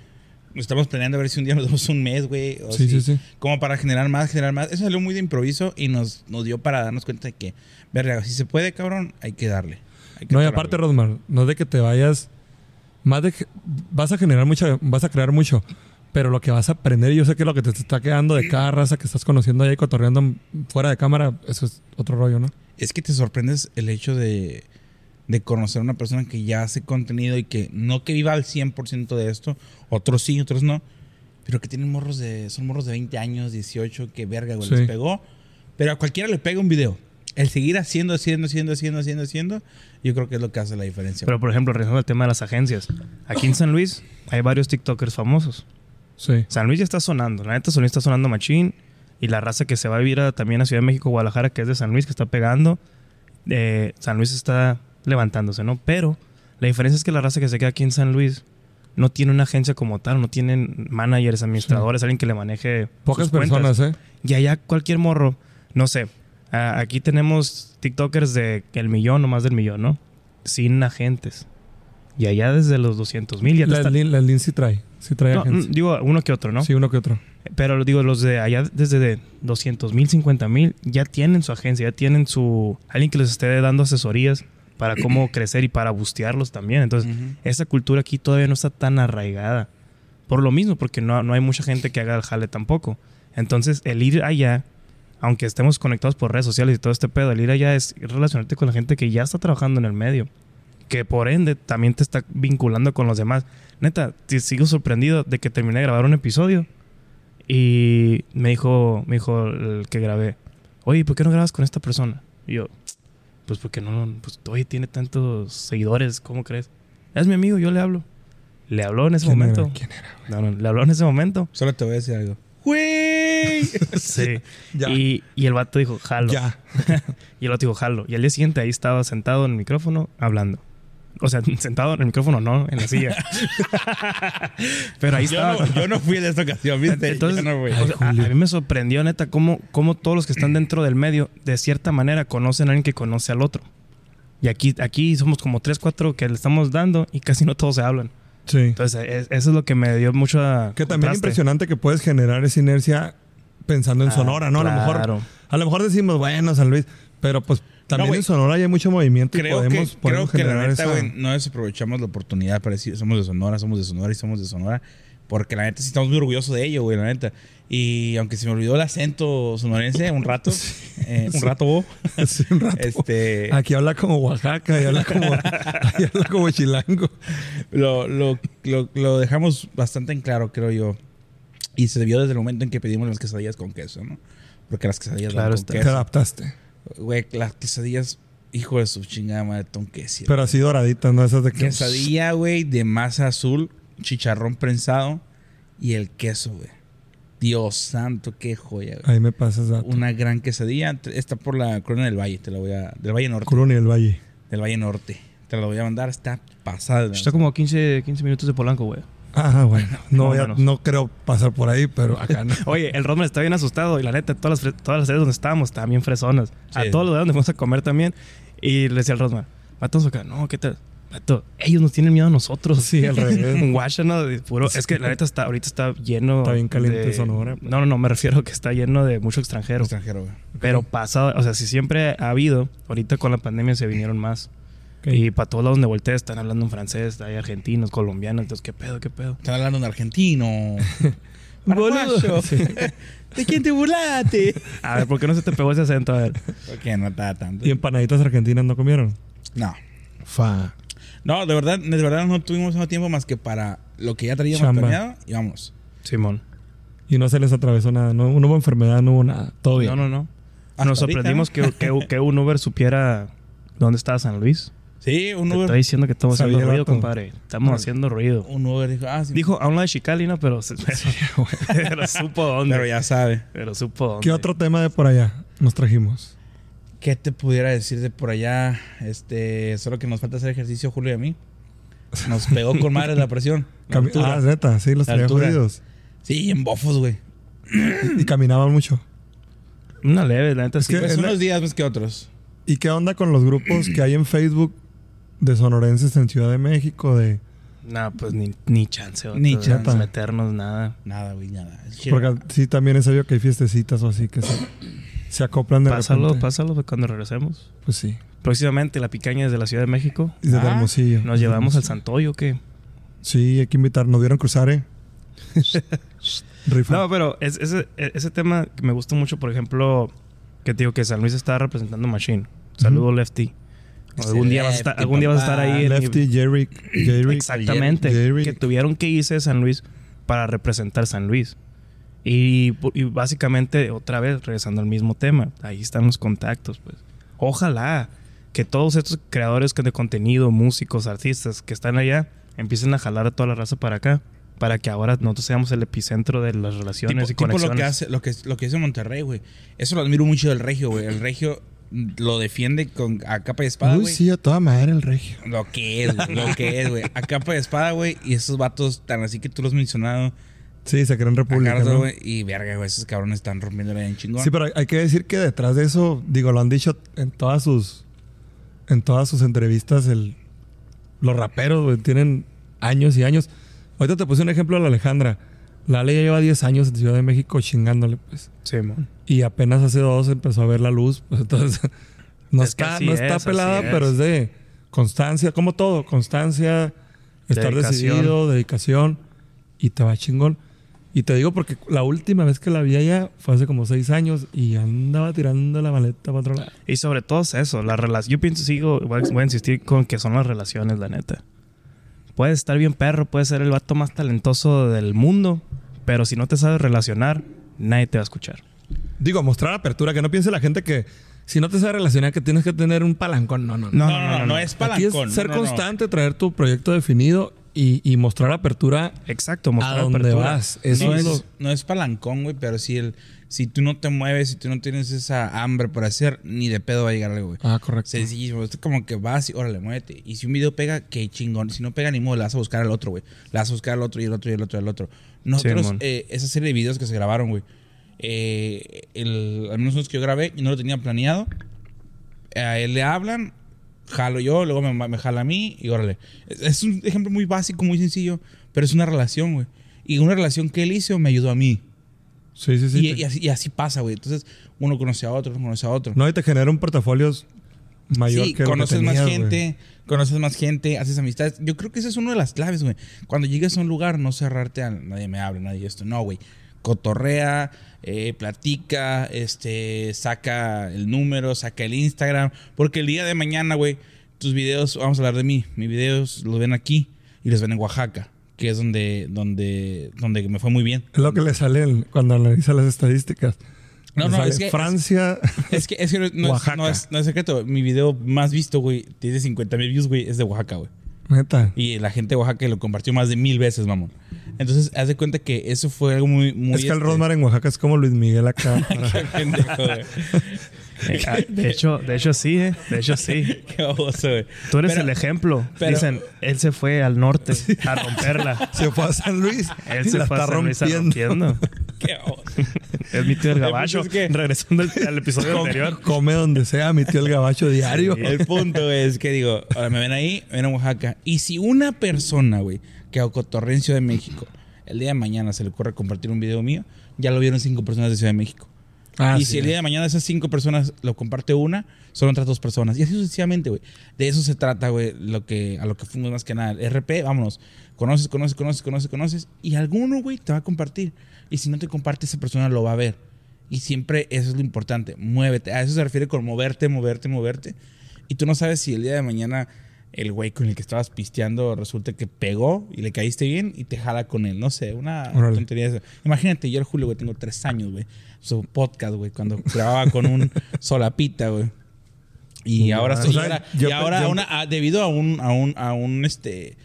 Nos estamos planeando a ver si un día nos damos un mes, güey. o Sí, si- sí, sí. Como para generar más, generar más. Eso salió muy de improviso y nos, nos dio para darnos cuenta de que, verga, si se puede, cabrón, hay que darle. Hay que No, y darle, aparte, güey. Rodmar, no es de que te vayas. Más de que vas a generar mucho, vas a crear mucho. Pero lo que vas a aprender, y yo sé que lo que te está quedando de cada raza que estás conociendo ahí cotorreando fuera de cámara, eso es otro rollo, ¿no? Es que te sorprendes el hecho de, de conocer a una persona que ya hace contenido y que no que viva al 100% de esto, otros sí, otros no, pero que tienen morros de, son morros de 20 años, 18, que verga, güey, les Sí. pegó. Pero a cualquiera le pega un video. El seguir haciendo, haciendo, haciendo, haciendo, haciendo, haciendo, yo creo que es lo que hace la diferencia. Pero, por ejemplo, regresando al tema de las agencias. Aquí en San Luis hay varios TikTokers famosos. Sí. San Luis ya está sonando. La neta, San Luis está sonando machín. Y la raza que se va a vivir a- también a Ciudad de México, Guadalajara, que es de San Luis, que está pegando. eh, San Luis está levantándose, ¿no? Pero la diferencia es que la raza que se queda aquí en San Luis no tiene una agencia como tal. No tienen managers, administradores, alguien que le maneje Pocas sus cuentas. personas, ¿eh? Y allá cualquier morro, no sé, a- aquí tenemos TikTokers de el millón o más del millón, ¿no? Sin agentes. Y allá desde los 200 mil ya te La están- Lin, la Lin sí trae. Sí trae No, agencia. mm, digo, uno que otro, ¿no? Sí, uno que otro. Pero digo, los de allá desde de 200 mil, 50 mil, ya tienen su agencia, ya tienen su... Alguien que les esté dando asesorías para cómo crecer y para bustearlos también. Entonces, Ujú. esa cultura aquí todavía no está tan arraigada. Por lo mismo, porque no, no hay mucha gente que haga el jale tampoco. Entonces, el ir allá, aunque estemos conectados por redes sociales y todo este pedo, el ir allá es relacionarte con la gente que ya está trabajando en el medio. Que por ende también te está vinculando con los demás. Neta, te sigo sorprendido de que terminé de grabar un episodio y me dijo, me dijo el que grabé, oye, ¿por qué no grabas con esta persona? Y yo, pues porque no, pues oye, tiene tantos seguidores, ¿cómo crees? Es mi amigo, yo le hablo. Le habló en ese ¿Quién momento. era? ¿Quién era? No, no, le habló en ese momento. Solo te voy a decir algo. ¡Güey! Sí. Ya. Y, y el vato dijo, jalo. Ya. Y el vato dijo, jalo. Y al día siguiente ahí estaba sentado en el micrófono hablando. O sea, sentado en el micrófono, no, en la silla. Pero ahí yo, estaba. no, yo no fui en esta ocasión, ¿viste? Entonces, Yo no fui. o sea, a, a mí me sorprendió, neta, cómo, cómo todos los que están dentro del medio, de cierta manera, conocen a alguien que conoce al otro. Y aquí, aquí somos como tres, cuatro que le estamos dando y casi no todos se hablan. Sí. Entonces, es- eso es lo que me dio mucha. Que también contraste. impresionante que puedes generar esa inercia pensando en Ah, Sonora, ¿no? A lo claro. mejor, a lo mejor decimos, bueno, San Luis, pero pues también güey. en Sonora hay mucho movimiento y creo podemos, que, podemos creo que la generar neta, esa- güey, no desaprovechamos la oportunidad para decir somos de Sonora, somos de Sonora y somos de Sonora. Porque la neta sí estamos muy orgullosos de ello, güey, la neta. Y aunque se me olvidó el acento sonorense un rato, eh, un rato vos, Sí, un rato. Ah. este, Aquí habla como Oaxaca, ahí habla como, ahí habla como Chilango. lo, lo, lo, lo dejamos bastante en claro, creo yo. Y se debió desde el momento en que pedimos las quesadillas con queso, ¿no? Porque las quesadillas van Claro con está. Te queso. adaptaste. Güey, las quesadillas, hijo de su chingada madre, ton que decir. Pero así doraditas, ¿no? Esas de que- Quesadilla, güey, de masa azul, chicharrón prensado y el queso, güey. Dios santo, qué joya, güey. Ahí me pasas dato. Una gran quesadilla. Está por la colonia del Valle, te la voy a. Del Valle Norte. Colonia del Valle. Del Valle Norte. Te la voy a mandar, está pasada. güey. Está como 15, 15 minutos de Polanco, güey. Ah, bueno. Más No, o voy a- menos. no creo pasar por ahí, pero acá no. Oye, el Rodman está bien asustado y la neta, todas las, fre- todas las sedes donde estábamos estaban bien fresonas. A Sí. todos los lugares donde fuimos a comer también. Y le decía al Rodman, vatos acá, no, ¿qué tal? Vato, ellos nos tienen miedo a nosotros. Sí, al revés. Guacha, ¿no? De Puro, es que la neta está, ahorita está lleno. Está bien caliente de- Sonora. pues. No, no, no, me refiero que está lleno de mucho extranjero. extranjero, güey. Pero pasado, o sea, si siempre ha habido, ahorita con la pandemia se vinieron más. Y para todos lados donde volteé están hablando en francés, hay argentinos, colombianos, entonces, ¿qué pedo, qué pedo? Están hablando de argentino. Paraguayo. Boludo. Sí. ¿De quién te burlaste? A ver, ¿por qué no se te pegó ese acento? A ver. Porque no estaba tanto. ¿Y empanaditas argentinas no comieron? No. Fa. No, de verdad, de verdad no tuvimos más tiempo más que para lo que ya traíamos Chamba. planeado y vamos. Simón. Y no se les atravesó nada. No, no hubo enfermedad, no hubo nada. Todo No, bien. no, no. Hasta Nos sorprendimos ahorita, que, que, que un Uber supiera dónde estaba San Luis. Sí, un Te está Uber, diciendo que estamos Sabía haciendo el ruido, vato. compadre. Estamos haciendo ruido. un Uber dijo, ah, sí. Dijo a un lado de Chicali, ¿no? Pero, se- pero supo dónde. Pero Pero, ya sabe. supo dónde. ¿Qué otro tema de por allá nos trajimos? ¿Qué te pudiera decir de por allá? Este, solo que nos falta hacer ejercicio, Julio y a mí. Nos pegó con madre la presión. La Cami- altura. ah, neta, sí, los La traía altura. jodidos. Sí, en bofos, güey. Y caminaban mucho. Una leve, la neta sí. que- güey. Pues es la- unos días más que otros. ¿Y qué onda con los grupos que hay en Facebook de sonorenses en Ciudad de México? De, Nah, pues ni, ni chance. vato, Ni de chance. meternos nada. Nada, güey, nada. Es chido. porque sí, también es obvio que hay fiestecitas o así que se, se acoplan de Pásalo, repente. pásalo pues, cuando regresemos. Pues sí. Próximamente la picaña desde la Ciudad de México. Y desde Ah, Hermosillo. Nos llevamos al Santoyo, ¿qué? Sí, hay que invitar. Nos dieron cruzar, ¿eh? Rifa. No, pero es- ese, e, ese tema que me gusta mucho, por ejemplo, que te digo que San Luis está representando Machine. Saludo Lefty. Ese Algún día, vas a estar, Lefty, algún día vas a estar papá. ahí. en- Ah, Lefty, Jerry, Jerry. Exactamente. Jerry. Que tuvieron que irse de San Luis para representar San Luis. Y, y básicamente, otra vez, regresando al mismo tema, ahí están los contactos, pues. Ojalá que todos estos creadores que- de contenido, músicos, artistas que están allá, empiecen a jalar a toda la raza para acá, para que ahora nosotros seamos el epicentro de las Tipo, relaciones y tipo lo conexiones. que hace, lo que, lo que hizo Monterrey, güey. Eso lo admiro mucho del regio, güey. El regio mm, lo defiende con a capa y espada, Uy, güey. sí, a toda madre el regio. Lo que es, güey, lo que es, güey. A capa de espada, güey. Y esos vatos tan así que tú los has mencionado. Sí, se creen A república, Gardo, ¿no? güey. Y verga, güey. Esos cabrones están rompiendo la en chingón. Sí, pero hay- hay que decir que detrás de eso, digo, lo han dicho en todas sus en todas sus entrevistas el los raperos güey, tienen años y años. Ahorita te puse un ejemplo de la Alejandra. La ley ya lleva 10 años en Ciudad de México chingándole, pues. Sí, mon. Y apenas hace dos empezó a ver la luz, pues entonces no Es que está así no está es, así pelada, es. pero es de constancia, como todo, constancia, estar Dedicación. decidido, dedicación y te va chingón. Y te digo porque la última vez que la vi allá fue hace como seis años y andaba tirando la maleta para otro lado. Y sobre todo es eso, las relaciones. Yo pienso, sigo, voy a- voy a insistir con que son las relaciones, la neta. Puedes estar bien perro, puedes ser el vato más talentoso del mundo, pero si no te sabes relacionar, nadie te va a escuchar. Digo, mostrar apertura, que no piense la gente que si no te sabes relacionar que tienes que tener un palancón. No, no, no. no, no, no, no, es Aquí es palancón. ser no, no, no. constante, traer tu proyecto definido y, y mostrar apertura Exacto, a mostrar donde apertura. vas. Eso no es, es, lo- no es palancón, güey, pero si el, si tú no te mueves, si tú no tienes esa hambre por hacer, ni de pedo va a llegar algo, güey. Ah, correcto. Sencillísimo, es como que vas y órale, muévete. Y si un video pega, qué chingón. Si no pega ni modo, le vas a buscar al otro, güey. Le vas a buscar al otro y el otro y el otro y el otro. Nosotros, Simón. eh, esa serie de videos que se grabaron, güey. eh, el, al menos los que yo grabé y no lo tenía planeado. A él le hablan, jalo yo, luego me, me jala a mí y órale. Es, es un ejemplo muy básico, muy sencillo, pero es una relación, güey. Y una relación que él hizo me ayudó a mí. Sí, sí, sí. y, te- y así, y así pasa, güey. Entonces, uno conoce a otro, uno conoce a otro. No, y te genera un portafolio mayor Sí, que el que conoces tenías, más güey. gente, conoces más gente, haces amistades. Yo creo que esa es una de las claves, güey. Cuando llegues a un lugar, no cerrarte a nadie me habla, nadie esto. No, güey. Cotorrea, eh, platica, este, saca el número, saca el Instagram. Porque el día de mañana, güey, tus videos, vamos a hablar de mí. Mis videos los ven aquí y los ven en Oaxaca, que es donde, donde, donde me fue muy bien. Es lo que le sale el- cuando analiza las estadísticas. No, Me no, sale es que, Francia. es que, es que no, es- no es, Oaxaca. no, es, no es secreto. Mi video más visto, güey, tiene 50 mil views, güey, es de Oaxaca, güey. Neta. Y la gente de Oaxaca lo compartió más de mil veces, mamón. Entonces, haz de cuenta que eso fue algo muy... muy es que el este, Rosmar en Oaxaca es como Luis Miguel acá. Qué pendejo, güey. Eh, ah, de hecho, de hecho sí, eh. De hecho sí. Qué baboso, güey. Tú eres Pero- el ejemplo. pero- Dicen, él se fue al norte a romperla. se fue a San Luis. Él y se la fue a está San Luis a rompiendo. Pues rompiendo. Qué baboso. Es mi tío el gabacho. El punto es que- Regresando al, al episodio Con- anterior. Come donde sea, mi tío el gabacho diario. Sí. El punto es que digo, ahora me ven ahí, me ven en Oaxaca. Y si una persona, güey, que a Cotorrén, Ciudad de México, el día de mañana se le ocurre compartir un video mío, ya lo vieron cinco personas de Ciudad de México. Ah, y sí. si el día de mañana esas cinco personas lo comparte una, son otras dos personas. Y así sucesivamente, güey. De eso se trata, güey, lo que, a lo que fuimos más que nada. El RP, vámonos. Conoces, conoces, conoces, conoces, conoces. Y alguno, güey, te va a compartir. Y si no te comparte, esa persona lo va a ver. Y siempre eso es lo importante. Muévete. A eso se refiere con moverte, moverte, moverte. Y tú no sabes si el día de mañana el güey con el que estabas pisteando resulta que pegó y le caíste bien y te jala con él. No sé, una Órale. tontería de esa. Imagínate, yo el Julio, güey, tengo tres años, güey. Su podcast, güey, cuando grababa con un solapita, güey. Y Ya, ahora, o soy- sea, y ahora, yo- y ahora yo- a una- a- debido a un, a un, a un, este,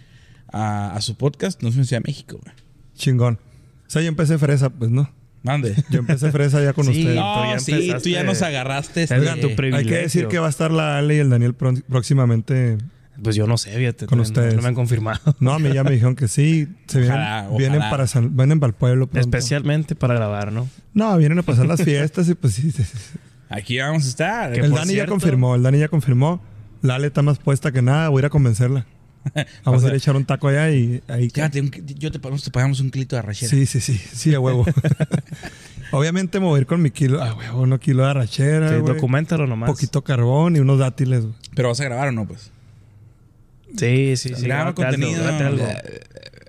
a, a su podcast, nos fuimos a México, güey. Chingón. O sea, yo empecé fresa, pues, ¿no? Mande. Yo empecé fresa ya con Sí. ustedes. No, No, ya sí, tú empezaste. ya nos agarraste. este- Edgar, tu Hay privilegio. que decir que va a estar la Ale y el Daniel prón- próximamente. Pues yo no sé, fíjate. Con no- ustedes. No me han confirmado. No, a mí ya me dijeron que sí. Se vienen, Ojalá, ojalá. vienen para San- vienen para el pueblo. pronto. Especialmente para grabar, ¿no? No, vienen a pasar las fiestas y pues sí. sí, sí. Aquí vamos a estar. Que El por Dani ya cierto- confirmó, el Dani ya confirmó. La Ale está más puesta que nada, voy a ir a convencerla. Vamos a ir a echar un taco allá y ahí. Fíjate, un- yo te, pagamos- te pagamos un clito de arrachera. Sí, sí, sí, sí, a huevo. Obviamente mover con mi kilo, a huevo, uno kilo de arrachera, Sí, Eh, güey, documentalo nomás. poquito carbón y unos dátiles. güey. Pero vas a grabar o no, pues. Sí, sí, sí. Graba grábate algo, contenido. grábate algo.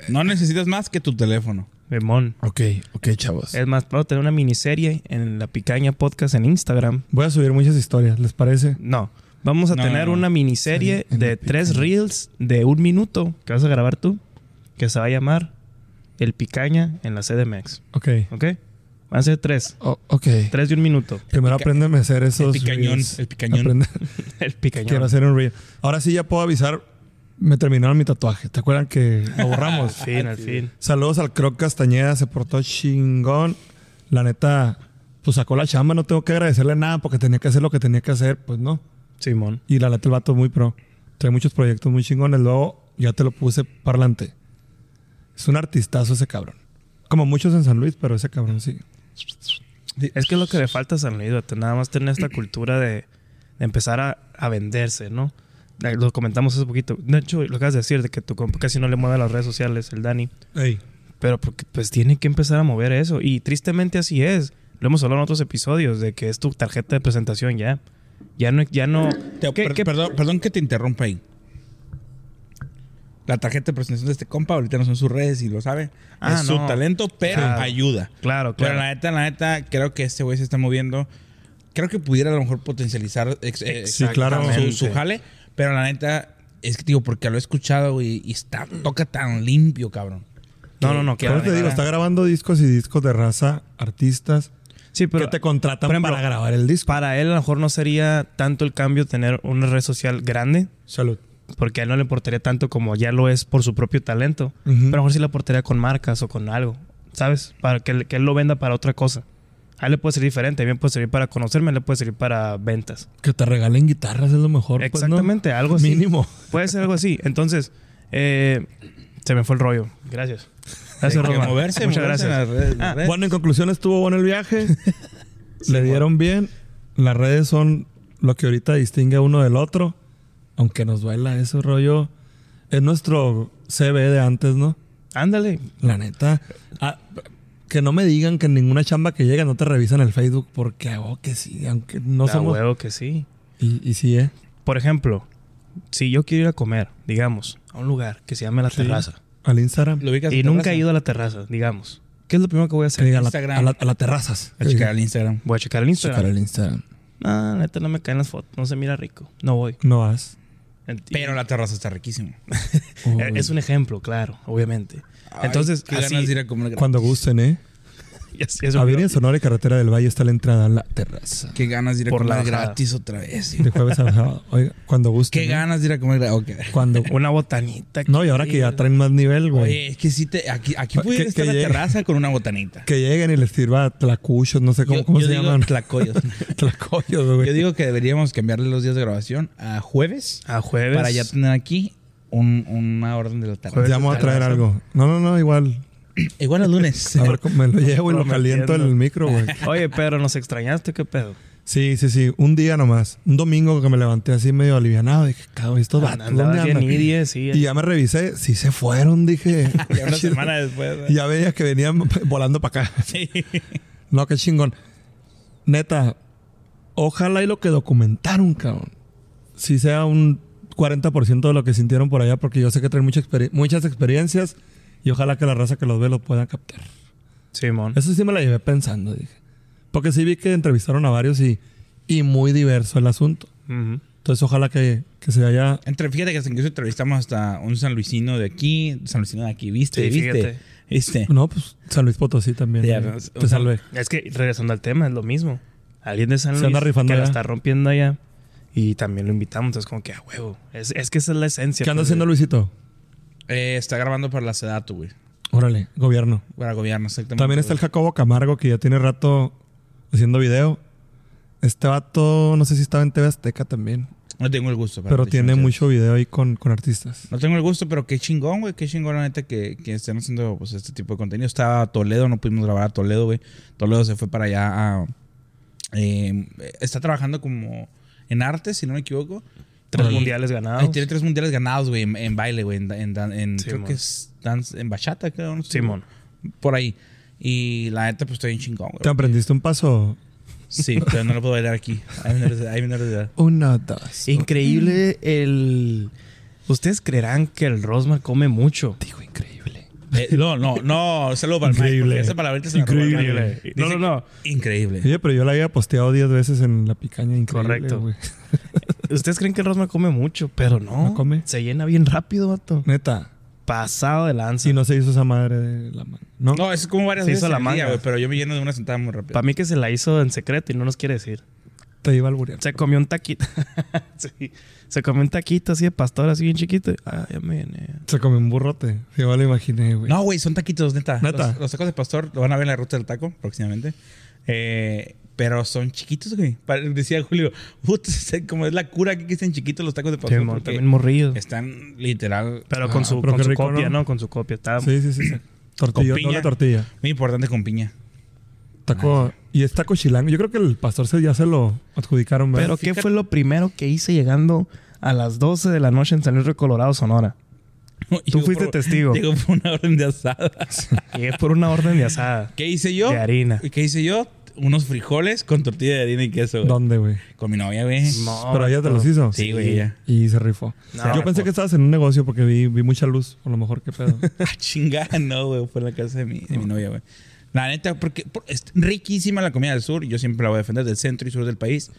No necesitas más que tu teléfono. Memón. Ok, ok, chavos. Es más, vamos a tener una miniserie en la Picaña Podcast en Instagram. Voy a subir muchas historias, ¿les parece? No, vamos a No, tener no, no. una miniserie Sí, en de la Picaña. tres reels de un minuto que vas a grabar tú, que se va a llamar El Picaña en la CDMX. Ok. ¿Ok? Van a ser tres. O- ok. Tres de un minuto. Primero pica- apréndeme a hacer esos. picañón, reels. el picañón. Aprende- El Quiero Picaña. hacer un reel. Ahora sí ya puedo avisar. Me terminaron mi tatuaje. ¿Te acuerdan que lo Al borramos? fin, al fin. Saludos al Croc Castañeda, se portó chingón. La neta, pues sacó la chamba, no tengo que agradecerle nada porque tenía que hacer lo que tenía que hacer, pues no. Simón. Y la neta, el vato es muy pro. Trae muchos proyectos muy chingones. Luego ya te lo puse parlante. Es un artistazo ese cabrón. Como muchos en San Luis, pero ese cabrón sí. Es que es lo que le falta a San Luis, vato, nada más tener esta cultura de, de empezar a, a venderse, ¿no? Eh, Lo comentamos hace poquito. De hecho, lo acabas de decir, de que tu compa casi no le mueve a las redes sociales, el Dani. Ey. Pero porque pues tiene que empezar a mover eso. Y tristemente así es. Lo hemos hablado en otros episodios de que es tu tarjeta de presentación ya. Ya no... Ya no Te- ¿Qué- per- qué- Perdón, perdón que te interrumpa ahí. La tarjeta de presentación de este compa, ahorita no son sus redes y lo sabe. Ah, es su no. talento, pero Claro. ayuda. Claro, Pero claro. la neta, la neta, creo que este güey se está moviendo. Creo que pudiera a lo mejor potencializar ex- eh, Sí, claro. su, su jale. Pero la neta, es que digo, porque lo he escuchado güey, y está, toca tan limpio, cabrón. No, no, no, Que- que Pero claro. la te digo, neta- está grabando discos y discos de raza, artistas, sí, pero que te contratan por ejemplo, para grabar el disco. para él a lo mejor no sería tanto el cambio tener una red social grande. Salud. Porque a él no le importaría tanto como ya lo es por su propio talento. Ujú. Pero a lo mejor sí le aportaría con marcas o con algo. ¿Sabes? Para que, que él lo venda para otra cosa. A él le puede ser diferente. A mí me puede servir para conocerme. A él le puede servir para ventas. Que te regalen guitarras es lo mejor. pues, ¿no? Exactamente. Algo así. Mínimo. Puede ser algo así. Entonces, eh, se me fue el rollo. Gracias. Gracias, Hay que Roma. moverse, Muchas moverse gracias. en las redes, en las Ah, redes. Bueno, en conclusión estuvo bueno el viaje. Le dieron bien. Las redes son lo que ahorita distingue a uno del otro. Aunque nos duela ese rollo. Es nuestro CV de antes, ¿no? Ándale. La neta. Ah, que no me digan que en ninguna chamba que llega no te revisan el Facebook porque hago que sí, aunque no No somos. huevo que sí. Y, y sí, ¿eh? Por ejemplo, si yo quiero ir a comer, digamos, a un lugar que se llame La Terraza. Al Instagram. ¿Lo ubicas Y en nunca terraza? he ido a La Terraza, digamos. ¿Qué es lo primero que voy a Que hacer? diga a la- Instagram. A, la, a las terrazas. A checar el Instagram. Voy a checar el Instagram. Checar el Instagram. Ah, neta, no me caen las fotos. No se mira rico. No voy. No vas. Ent- Pero la terraza está riquísima. Eh, Eh, Es un ejemplo, claro, obviamente. Entonces, Ay, qué así- ganas de ir a comer. Cuando gusten, ¿eh? Ya sé, eso Avenida creo. Sonora y Carretera del Valle está la entrada a la terraza. Qué ganas de ir a Por la comer bajada. gratis otra vez. hijo. De jueves a sábado. Oiga, cuando guste. Qué ganas de ir a comer gratis. Ok. Cuando. Una botanita. No, y ahora que ya traen más nivel, güey. Oye, es que sí te. Aquí, aquí Ah, Que- pudiera que estar la llegue. terraza con una botanita. Que lleguen y les sirva tlacuchos, no sé cómo, Yo- cómo yo se digo llaman. tlacoyos. Tlacoyos, güey. Yo digo que deberíamos cambiarle los días de grabación a jueves, A jueves. para ya tener aquí un- una orden de la tarde. Jueves. Ya me voy a traer Tlacuache. algo. No, no, no, igual. Igual el lunes. A ver, cómo me lo llevo y lo caliento en el micro, güey. Oye, Pedro, ¿nos extrañaste? ¿Qué pedo? Sí, sí, sí. Un día nomás. Un domingo que me levanté así medio alivianado. Dije, cabrón, Ah, estos vatos, ¿dónde Andabas bien andan? idie, sí. Y ya me revisé. Sí se fueron, dije. Ya una semana después. ¿verdad? Y ya veía que venían volando para acá. Sí. No, qué chingón. Neta, ojalá y lo que documentaron, cabrón, si sea un 40% de lo que sintieron por allá, porque yo sé que traen mucha experi- muchas experiencias y ojalá que la raza que los ve lo pueda captar. Simón. Eso sí me la llevé pensando, dije. Porque sí vi que entrevistaron a varios y, y muy diverso el asunto. Ujú. Entonces ojalá que, que se haya... Entre, fíjate que hasta incluso entrevistamos hasta un sanluisino de aquí, sanluisino de aquí, ¿viste? Sí, ¿Viste? fíjate. ¿Viste? No, pues San Luis Potosí también. Eh. Ya, eh. pues, Te salvé. Es que regresando al tema, es lo mismo. Alguien de San Se Luis anda rifando que la allá. está rompiendo allá y también lo invitamos. Entonces, como que a huevo. Es, es que esa es la esencia. ¿Qué anda pues, haciendo de- Luisito? Eh, está grabando para la Sedatu, güey. Órale, gobierno. Para gobierno, exactamente. También está el Jacobo Camargo, que ya tiene rato haciendo video. Este vato, no sé si estaba en TV Azteca también. No tengo el gusto. para Pero ti, tiene Chance. mucho video ahí con, con artistas. No tengo el gusto, pero qué chingón, güey. Qué chingón, la neta, que, que estén haciendo pues, este tipo de contenido. Estaba Toledo, no pudimos grabar a Toledo, güey. Toledo se fue para allá a. eh, está trabajando como en arte, si no me equivoco. Tres Y- mundiales ganados. Ay, tiene tres mundiales ganados, güey, en, en baile, güey. En, en dan- en- creo Simón. que es dance- en bachata, creo. No sé. Simón. Por ahí. Y la neta, pues estoy en chingón, ¿Te güey. aprendiste un paso? Sí, pero no lo puedo bailar aquí. Hay menores de, hay menores de edad. Uno, dos. Increíble el. Ustedes creerán que el Rosmar come mucho. Digo increíble. Eh, no, no, no. Saludo para el Mike, Increíble. porque Esa palabrita se la robó el Mike. Increíble. Dice- No, no, no. Increíble. Oye, pero yo la había posteado 10 veces en la picaña. Increíble, Correcto. güey. Ustedes creen que el Rosmar come mucho, pero no. No come. Se llena bien rápido, vato. Neta. Pasado de lanza. Si no se hizo esa madre de la mano. ¿No? No, es como varias Se veces hizo la al día, manga. güey, pero yo me lleno de una sentada muy rápido. Para mí que se la hizo en secreto y no nos quiere decir. Te iba al alburear. Se comió un taquito. Sí. Se comió un taquito así de pastor, así bien chiquito. Ah, ya me llené. Se comió un burrote. Sí, yo lo imaginé, güey. No, güey, son taquitos, neta. Neta. Los, los tacos de pastor lo van a ver en la ruta del taco próximamente. Eh, pero son chiquitos, güey. Pa- Decía Julio, "Puta, se- como es la cura aquí que estén chiquitos los tacos de pastor. Sí, mo- Pues porque también morrido. están literal. Pero Ah, con su, pero con qué su rico, copia, ¿no? ¿no? Con su copia. Está Sí, sí, sí. sí. Tortilla, Con piña. doble tortilla. Muy importante con piña. Taco, y es taco chilango. Yo creo que el pastor se, ya se lo adjudicaron, ¿verdad? Pero ¿qué Fíjate- fue lo primero que hice llegando a las 12 de la noche en San Luis Río Colorado, Sonora? Llegó fuiste por- testigo. Llegó por una orden de asada. Llegué por una orden de asada. ¿Qué hice yo? De harina. ¿Qué hice yo? Unos frijoles con tortilla de harina y queso, güey. ¿Dónde, güey? Con mi novia, güey. No, Pero ella te vato. los hizo. Sí, güey, ella. Y se rifó. No, Yo se pensé rifó. que estabas en un negocio porque vi, vi mucha luz. A lo mejor, qué pedo. Ah, chingada, no, güey. Fue en la casa de mi, de mi novia, güey. La neta, porque por- es riquísima la comida del sur. Yo siempre la voy a defender del centro y sur del país.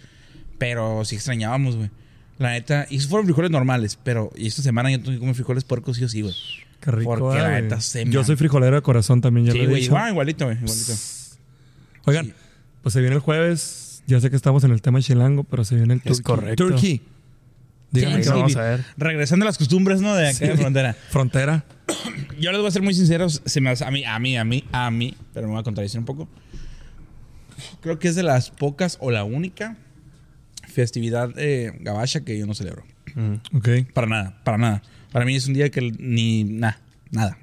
Pero sí extrañábamos, güey. La neta, y fueron frijoles normales, pero y esta semana yo tuve que comer frijoles puercos sí o sí, güey. Qué rico. Porque la ah, güey. neta se me- Yo soy frijolero de corazón también, ya Sí, lo he güey, dicho. igual, igualito, güey, igualito. Oigan, Sí. pues se viene el jueves. Ya sé que estamos en el tema chilango, pero se viene el turkey. Es correcto. Turkey. Díganme, Ahí Sí, lo ¿no? vamos a ver. Regresando a las costumbres, ¿no? De acá de frontera. Frontera. Yo les voy a ser muy sinceros, se me hace- a mí, a mí, a mí, a mí, pero me voy a contradecir un poco. Creo que es de las pocas o la única festividad eh, gabacha que yo no celebro. Mm. Ok. Para nada, para nada. Para mí es un día que ni nada, nada,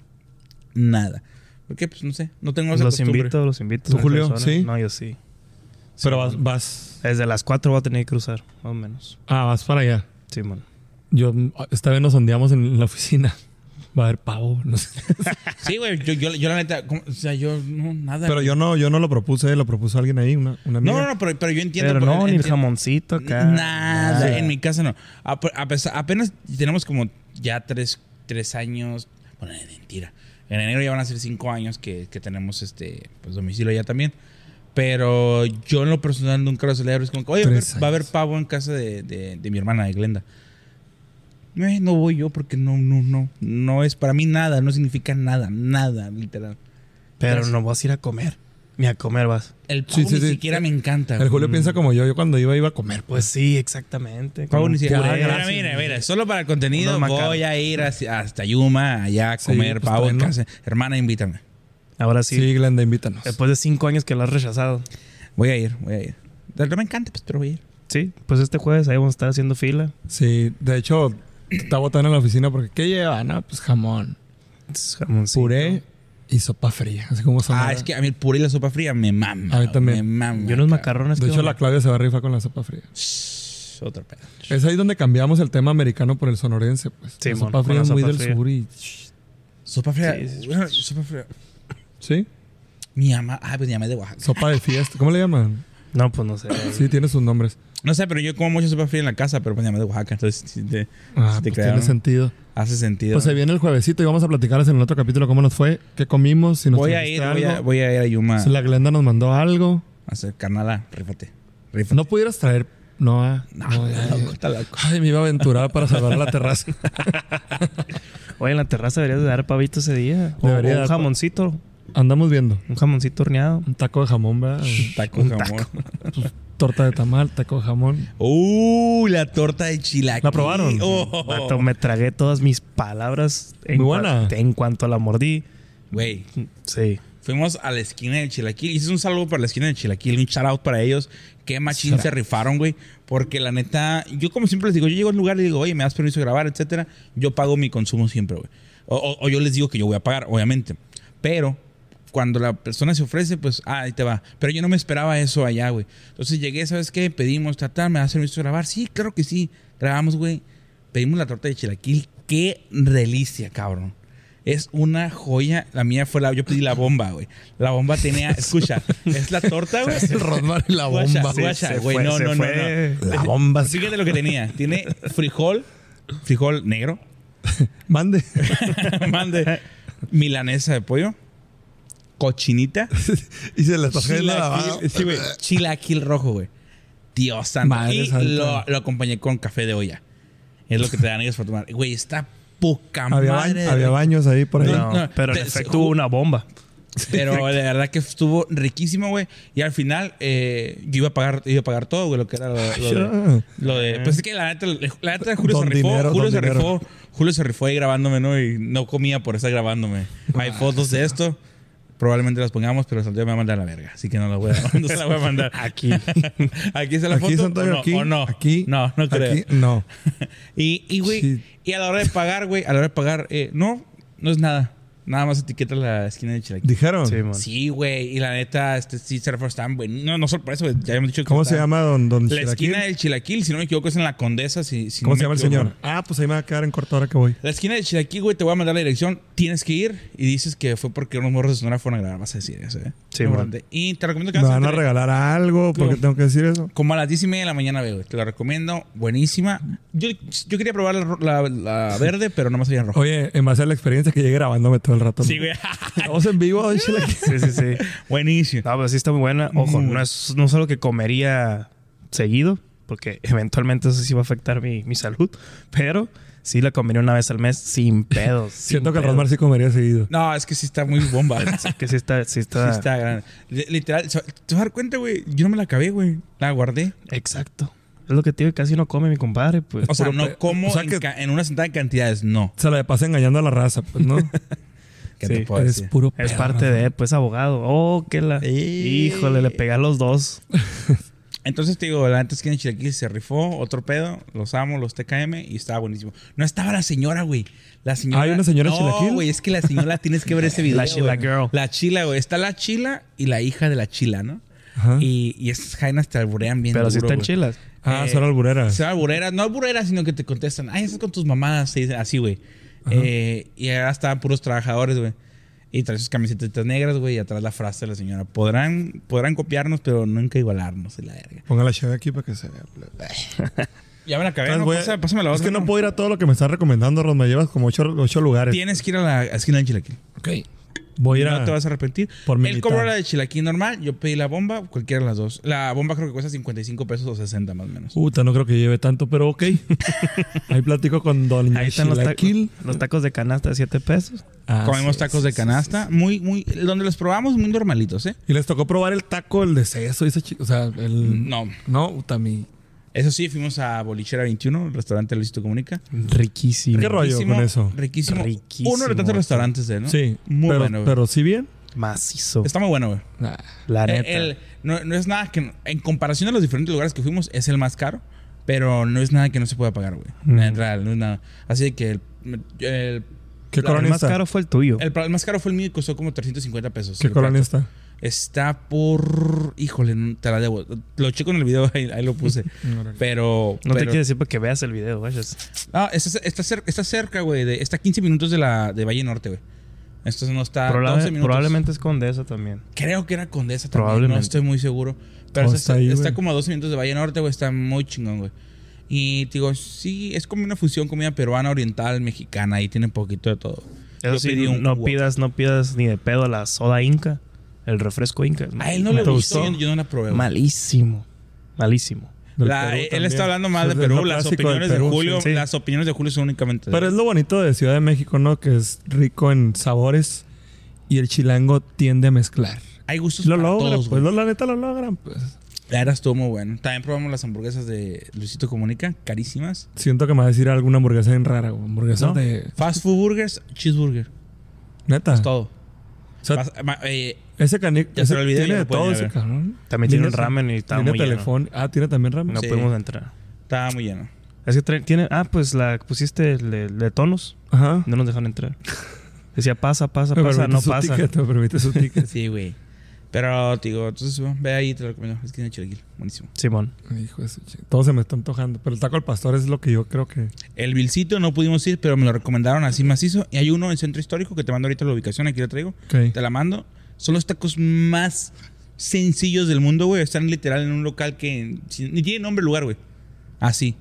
nada. Porque pues no sé, no tengo esa Los costumbre. invito, los invito. ¿Tú, son Julio? personas. ¿Sí? No, yo sí. Pero vas, vas. Desde las 4 voy a tener que cruzar, más o menos. Ah, vas para allá. Simón. Yo, esta vez nos sondeamos en la oficina. Va a haber pavo. No sé. Sí, güey, yo, yo, yo la neta, como- o sea, yo no nada. Pero yo no, yo no lo propuse, lo propuso alguien ahí, una, una amiga. no, no, no, pero, pero yo entiendo. Pero pues, no, ni el entiendo- jamoncito acá. Nada, nada. en mi casa no. A- a pesar- apenas tenemos como ya tres, tres años. Bueno, es mentira. En enero ya van a ser cinco años que, que tenemos este pues, domicilio ya también. Pero yo en lo personal nunca lo celebro. Es como que, oye, va a haber- Tres años. va a haber pavo en casa de, de- de mi hermana, de Glenda. Eh, no voy yo porque no, no, no. No es para mí nada, no significa nada, nada, literal. Pero no vas a ir a comer. Ni a comer vas. El pavo Sí, sí, ni sí. siquiera me encanta. El güey. Julio piensa como yo. Yo cuando iba, iba a comer, pues. Pues sí, exactamente. Pavo ni siquiera- puré, Ah, mira, gracias. mira, mira, solo para el contenido Unos macarros. voy a ir hacia- hasta Yuma, allá a Sí, comer pues, pavo en bueno. casa. Hermana, invítame. Ahora sí, Sí, Glenda, invítanos. Eh, Después de cinco años que lo has rechazado. Voy a ir, voy a ir. No me encanta, pues, pero voy a ir. Sí, pues este jueves ahí vamos a estar haciendo fila. pues. Sí, de hecho, estaba botando en la oficina porque ¿qué lleva? No, pues jamón, Es jamoncito. puré y sopa fría. Así como son Ah, ahora. es que a mí el puré y la sopa fría me mama. A mí güey, también. Me mama. Y unos cabrón. macarrones. De que hecho, van- la Claudia se va a rifar con la sopa fría. Shh, Otro pedo. Es ahí donde cambiamos el tema americano por el sonorense, pues. Sí, la mon, sopa con fría la es muy sopa del fría. sur y... Sopa fría. Sí, sí. Bueno, sopa fría. ¿Sí? Mi ama, ah, pues mi ama es de Oaxaca. Sopa de fiesta. ¿Cómo le llaman? No, pues no sé. Sí, tiene sus nombres. No sé, pero yo como mucha sopa fría en la casa, pero pues mi ama es de Oaxaca, entonces sí te- Ah, Sí, te pues crearon. tiene sentido. hace sentido. Pues se viene el juevesito y vamos a platicarles en el otro capítulo cómo nos fue, qué comimos, si nos voy a ir, trajiste voy a, algo. voy a ir a Yuma Si la Glenda nos mandó algo. a hacer carnala, rífate. Rífate. No pudieras traer... No, ah, No, no, ya, está ya. loco, está loco. Ay, me iba a aventurar para salvar la terraza. Oye, en la terraza deberías de dar pavito ese día. O, Debería o un dar pa- jamoncito. Andamos viendo. Un jamoncito horneado. Un taco de jamón, ¿verdad? Taco, Un jamón. Torta de tamal, taco de jamón. Uh, la torta de chilaquiles. ¿La probaron? Oh. Vato, me tragué todas mis palabras. En Muy buena. cuan- en cuanto la mordí. Güey, Sí. fuimos a la esquina del chilaquil. Hice un saludo para la esquina del chilaquil, un shout out para ellos. Qué machín se rifaron, güey. Porque la neta, yo como siempre les digo, yo llego al lugar y digo, oye, me das permiso de grabar, etcétera. Yo pago mi consumo siempre, güey. O, o- o yo les digo que yo voy a pagar, obviamente. Pero cuando la persona se ofrece, pues, ah, ahí te va. Pero yo no me esperaba eso allá, güey. Entonces llegué, ¿sabes qué? Pedimos, tratar, ¿me das permiso de grabar? Sí, claro que sí. Grabamos, güey. Pedimos la torta de chilaquil. Qué delicia, cabrón. Es una joya. La mía fue la... Yo pedí la bomba, güey. La bomba tenía... Escucha, es la torta, güey. El rosmar y la Guacha, bomba. guacha. Se güey, fue- no, se no, no, fue. La bomba. sí. Fíjate lo que tenía. Tiene frijol, frijol negro, Mande. mande, milanesa de pollo, cochinita, y se la traje en la lavada. chilaquil, sí, güey, chilaquil rojo, güey. Dios santo. Madre y santa. lo, lo acompañé con café de olla. Es lo que te dan ellos para tomar. Güey, está poca Había, ba- madre. de había rico. baños ahí por ahí. No. pero en te- se- efecto hubo una bomba. Pero la verdad que estuvo riquísimo, güey. Y al final, eh, yo iba a pagar, iba a pagar todo, güey, lo que era lo, lo de. Lo de pues es que la neta, la neta Julio Don se rifó, dinero, Julio don se dinero. rifó, Julio se rifó ahí grabándome, ¿no? Y no comía por estar grabándome. Ah, Hay fotos de esto. Probablemente las pongamos, pero Santiago me va a mandar a la verga. Así que no la voy a, no se la voy a mandar. Aquí. Aquí se la Aquí, foto. Santiago, o no, aquí. o no. Aquí. No, no creo. Aquí, no. Y, y, güey, Sí. y a la hora de pagar, güey, a la hora de pagar, eh, no, no es nada. Nada más etiqueta la esquina de Chilaquil. Dijeron. Sí, mon. Sí, güey. Y la neta, este sí, Surfer están buenos. No, no sorpresa, güey. Ya habíamos dicho que ¿Cómo se estaban- llama don, don La Chilaquil? esquina del Chilaquil, si no me equivoco, es en la Condesa. Si, si ¿Cómo no se me llama el equivoco. señor? Ah, pues ahí me va a quedar en corto ahora que voy. La esquina del Chilaquil, güey, te voy a mandar la dirección. Tienes que ir y dices que fue porque unos morros de Sonora fueron a grabar. Vas a decir eso, ¿eh? Sí, Importante. Y te recomiendo que ¿Me hagas van a entre- regalar algo? ¿Por qué No. tengo que decir eso? Como a las 10 y media de la mañana, güey. Te la recomiendo. Buenísima. Yo, yo quería probar la, ro- la- la verde, pero no me salía en rojo. Oye, en base a la experiencia que llegué grabándome todo el rato. Sí, ¿no? güey. Estamos en vivo, don Chilaquil. Sí, sí, sí. Buenísimo. No, pero sí está muy buena. Ojo, Mm. Muy no es no solo que comería seguido, porque eventualmente eso sí va a afectar mi, mi salud, pero sí la comería una vez al mes sin pedos. sin Siento que el pedos. Rosmar sí comería seguido. No, es que sí está muy bomba. Sí, Que sí está, sí Sí está. está grande. Li- Literal, so- ¿te vas a dar cuenta, güey? Yo no me la acabé, güey. La guardé. Exacto. Es lo que te digo, casi no come mi compadre, pues. O sea, Puro no pe- como o sea en, que- ca- en una sentada de cantidades, no. Se la pasa engañando a la raza, pues, ¿no? ¿Qué Sí, te puedo Eres decir? puro es pedo, parte Rafa. de, pues, abogado. Oh, que la. Y- Híjole, le pegué a los dos. Entonces te digo, la antes que en Chilaquil se rifó, otro pedo, los amo, los TKM y estaba buenísimo. No estaba la señora, güey. La señora. ¿Hay una señora no, Chilaquil? güey, es que la señora tienes que ver ese video. La güey. Chila Girl. La chila, güey. Está la chila y la hija de la chila, ¿no? Ajá. Y, y esas jainas te alburean bien. Pero duro, sí están güey. chilas. Ah, Eh, son albureras. Se va alburera, no alburera, sino que te contestan, ay, estás con tus mamadas, se dice así, güey. Eh, y ahora estaban puros trabajadores, güey. Y trae sus camisetas negras, güey, y atrás la frase de la señora. Podrán, podrán copiarnos, pero nunca igualarnos, y la verga. Ponga la chave aquí para que se vea. Ya me la acabé, Entonces, no, voy a- Pasa- pásame la es otra, que no puedo ir a todo lo que me estás recomendando, Ron. Me llevas como ocho, ocho lugares. Tienes que ir a la esquina del chilaquil. Ok. Voy a ir no a- te vas a arrepentir. por Él militar. cobró la de chilaquí normal, yo pedí la bomba, cualquiera de las dos. La bomba creo que cuesta 55 pesos o 60 más o menos. Puta, no creo que lleve tanto, pero ok. Ahí platico con Doña Ahí están los, ta- Chilaquil. los tacos de canasta de 7 pesos. Ah, Comimos sí, tacos sí, de sí, canasta, sí, muy, muy, donde los probamos muy normalitos, ¿eh? sí. Y les tocó probar el taco, el de seso, ese chi- O sea, el. No. No, puta, mi. Eso sí, fuimos a Bolichera 21, el restaurante Luisito Comunica. Riquísimo. ¿Qué rollo Riquísimo, con eso? Riquísimo. Riquísimo. Uno de tantos restaurantes de él, ¿no? Sí. Muy pero, bueno, güey. Pero sí bien. Macizo. Está muy bueno, güey. Ah, La El- neta. el- no, no es nada que. En comparación a los diferentes lugares que fuimos, es el más caro. Pero no es nada que no se pueda pagar, güey. Mm. En real, no es nada. Así que el. el ¿Qué La- el El colonia más está? caro fue el tuyo. el el más caro fue el mío y costó como 350 pesos. ¿Qué el colonia plato. está? Está por. Híjole, no, te la debo. Lo checo en el video, ahí, ahí lo puse. pero. No te pero- quiero decir para que veas el video, vayas. Ah, está, está, cer- está cerca, güey. de- Está a 15 minutos de la de Valle Norte, güey. Esto no está. Probable- 12 Ah, minutos. probablemente es condesa también. Creo que era Condesa también. Probablemente. No estoy muy seguro. Pero Oh, está, está ahí, está güey. como a 12 minutos de Valle Norte, güey. Está muy chingón, güey. Y te digo, sí, es como una fusión comida peruana, oriental, mexicana. Ahí tiene poquito de todo. Eso Yo sí, pedí un no cubo. pidas, no pidas ni de pedo la soda inca, el refresco inca. A él no le Me- gustó. Yo, yo no la probé. güey. Malísimo. Malísimo. Del La- Perú él también. está hablando más Es de el Perú. rock Las clásico del opiniones de Perú, Julio, sí. las opiniones de Julio son únicamente. de- Pero es lo bonito de Ciudad de México, ¿no? Que es rico en sabores y el chilango tiende a mezclar. Hay gustos Lo para logra, todos, pues güey. lo- la neta lo logran. Pues. La verdad estuvo muy bueno. También probamos las hamburguesas de Luisito Comunica, carísimas. Siento que me va a decir alguna hamburguesa bien rara, güey. Hamburguesa No. de. Fast food burgers, cheeseburger. Neta. Es Pues todo. Ah. O sea, Pas- ma- eh, ese canic. Ya se lo olvidé, tiene ya de lo pueden todo ir a ese ver. cabrón. También tiene un ramen y estaba Tiene muy lleno. teléfono. Ah, tiene también ramen. No Sí. pudimos entrar. estaba muy lleno. Es que tra- tiene. Ah, pues la que pusiste el de, el de tonos. Ajá. No nos dejaron entrar. Decía pasa, pasa, Me pasa, permite no su pasa. ticket, me permite su ticket. Sí, güey. Pero, te digo, entonces bueno, ve ahí, te lo recomiendo. Esquina de Chilaquil. Buenísimo. Simón. Hijo de su chi- Todo se me está antojando. Pero el taco al pastor es lo que yo creo que. El Vilcito no pudimos ir, pero me lo recomendaron así macizo. Y hay uno en el centro histórico que te mando ahorita la ubicación, aquí la traigo. Te la mando. Son los tacos más sencillos del mundo, güey. Están literal en un local que sin- ni tiene nombre el lugar, güey. Así.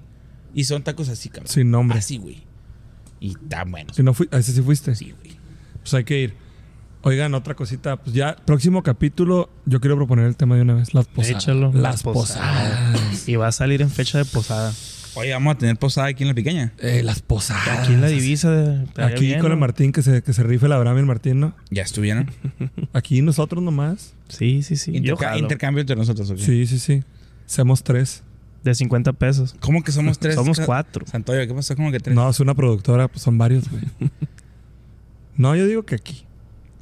Y son tacos así, cabrón. Sin nombre. Así, güey. Y tan buenos. Si no fui, a ese sí fuiste. Sí, güey. Pues hay que ir. Oigan, otra cosita. Pues ya, próximo capítulo, yo quiero proponer el tema de una vez. Las posadas. Échalo. Las La posadas. Y va a salir en fecha de posada. Oye, vamos a tener posada aquí en la pequeña. Eh, las posadas. Aquí en la divisa. De, estaría Ah, Aquí bien, con el ¿no? Martín, que se, que se rife la Abraham y el Martín, ¿no? Ya estuvieron. Aquí nosotros nomás. Sí, sí, sí. Yo Interca- jalo. intercambio entre nosotros, ok. Sí, sí, sí. Seamos tres. De 50 pesos. ¿Cómo que somos tres? Somos Ca- cuatro. Santoyo, ¿qué pasó? ¿Cómo que tres? No, es una productora, pues son varios, güey. no, yo digo que aquí.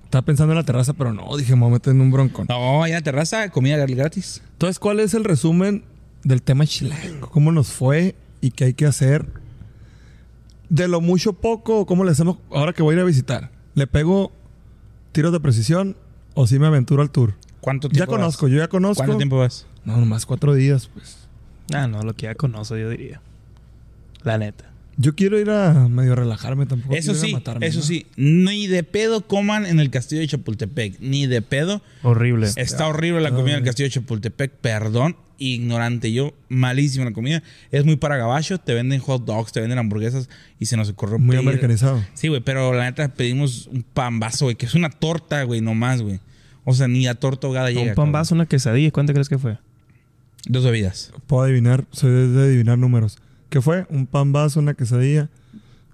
Estaba pensando en la terraza, pero no, dije, me voy a meter en un broncón. No, ahí en la terraza, comida gratis. Entonces, ¿cuál es el resumen del tema chilango? ¿Cómo nos fue y qué hay que hacer? De lo mucho poco, ¿cómo le hacemos ahora que voy a ir a visitar? ¿Le pego tiros de precisión o si me aventuro al tour? ¿Cuánto tiempo Ya conozco, vas? yo ya conozco. ¿Cuánto tiempo vas? No, nomás cuatro días, pues. Ah, no, lo que ya conozco, yo diría. La neta. Yo quiero ir a medio relajarme tampoco. Eso quiero ir a sí, matarme, eso ¿no? sí. Ni de pedo coman en el castillo de Chapultepec. Ni de pedo. Horrible. Este, Está horrible ah. la comida del castillo de Chapultepec. Perdón, ignorante yo. Malísima la comida. Es muy para gabacho. Te venden hot dogs, te venden hamburguesas y se nos ocurrió Muy pedir- americanizado. Sí, güey, pero la neta pedimos un pambazo, güey, que es una torta, güey, nomás, güey. O sea, ni a torta ahogada llega. Un pan vaso, una quesadilla. ¿Cuánto crees que fue? cabrón. Dos bebidas. Puedo adivinar, soy de, de adivinar números. ¿Qué fue? Un pan vaso, una quesadilla,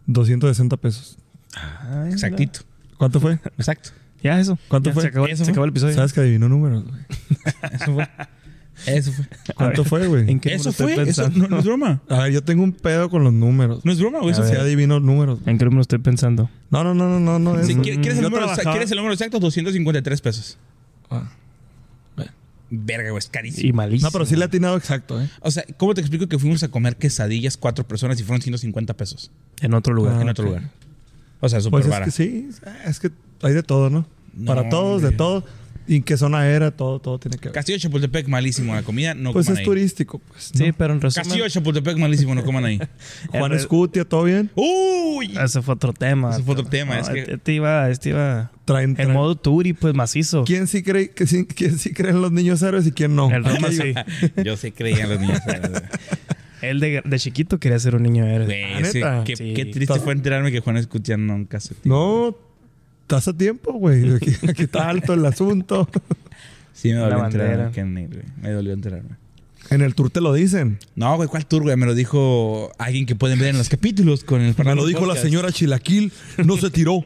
260 pesos. Exactito. ¿Cuánto fue? Exacto. Ya eso. ¿Cuánto Ya, fue? Se acabó, Eso se fue. acabó el episodio. Sabes que adivinó números, güey. Eso fue. Eso fue. ¿Cuánto fue, güey? ¿En qué número Eso estoy fue. Eso, pensando? no, no es broma. A ver, yo tengo un pedo con los números. No es broma, güey. Eso A Sí ver. adivino números. güey. ¿En qué número estoy pensando? No, no, no, no, no, no. es- Si quiere- ¿quieres, el yo número, trabajaba- ¿Quieres el número exacto? 253 pesos. Ah, bueno. Verga, güey, es carísimo. Y malísimo. No, pero sí le ha atinado exacto, ¿eh? O sea, ¿cómo te explico que fuimos a comer quesadillas cuatro personas y fueron 150 pesos En otro lugar. Ah, en otro ok. lugar? O sea, súper Pues es vara. que sí, es que hay de todo, ¿no? No, Para todos, de hombre. todo. ¿Y en qué zona era? Todo, todo tiene que ver. Castillo de Chapultepec, malísimo la comida, no pues coman es ahí. turístico, pues. ¿no? Sí, pero en resumen... Castillo de Chapultepec, malísimo, no coman ahí. Juan en re- Escutia, todo bien. ¡Uy! Ese fue otro tema. Ese fue otro tema, es que- Este iba... Este iba... Traen, En traen- modo turi, pues macizo. ¿Quién sí cree que sí- quién sí cree en los niños héroes y quién no? El Aquí Roma hay- sí. Yo sí creía en los niños. Él de, de chiquito quería ser un niño héroe. Güey, Ah, sí, ¿neta? qué, Sí. qué triste fue enterarme que Juan Escutia nunca se... No, estás a tiempo, güey. Aquí, aquí está alto el asunto. Sí, me dolió Una bandera. enterarme. que ni- güey. Me dolió enterarme. En el tour te lo dicen. No, güey, ¿cuál tour, güey? Me lo dijo alguien que pueden ver en los capítulos con el Me Fernando lo dijo la Podcast. señora Chilaquil. No se tiró.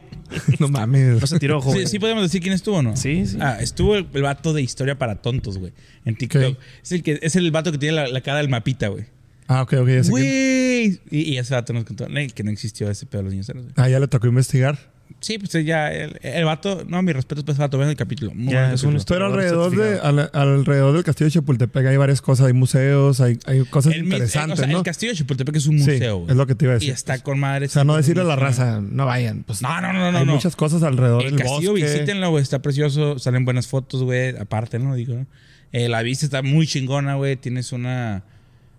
No no mames. se tiró, joven. Sí, pues. sí podemos decir quién estuvo, ¿no? Sí, sí. Ah, estuvo el, el vato de historia para tontos, güey. En TikTok. Ok. Es, el que, es el vato que tiene la, la cara del mapita, güey. Ah, ok, ok. ya sé que- Güey. Y, y ese vato nos contó eh, que no existió ese pedo de los niños héroes, güey. Ah, ya le tocó investigar. Sí, pues ya, el, el vato, no, mi respeto para ese vato, ven el capítulo. Muy Ya, buen es capítulo. un estu- Pero Investigador alrededor, de, certificado. al- alrededor del castillo de Chapultepec hay varias cosas. Hay museos, hay, hay cosas El mis- interesantes, eh, o sea, ¿no? El castillo de Chapultepec es un Sí, museo, güey. es lo que te iba a decir. Y está con madre. O sea, no decirle a la raza, no vayan. Pues No, no, no, no. hay no. muchas cosas alrededor El del castillo, bosque. visítenlo, güey. Está precioso. Salen buenas fotos, güey. Aparte, ¿no? Digo, ¿no? Eh, la vista está muy chingona, güey. Tienes una...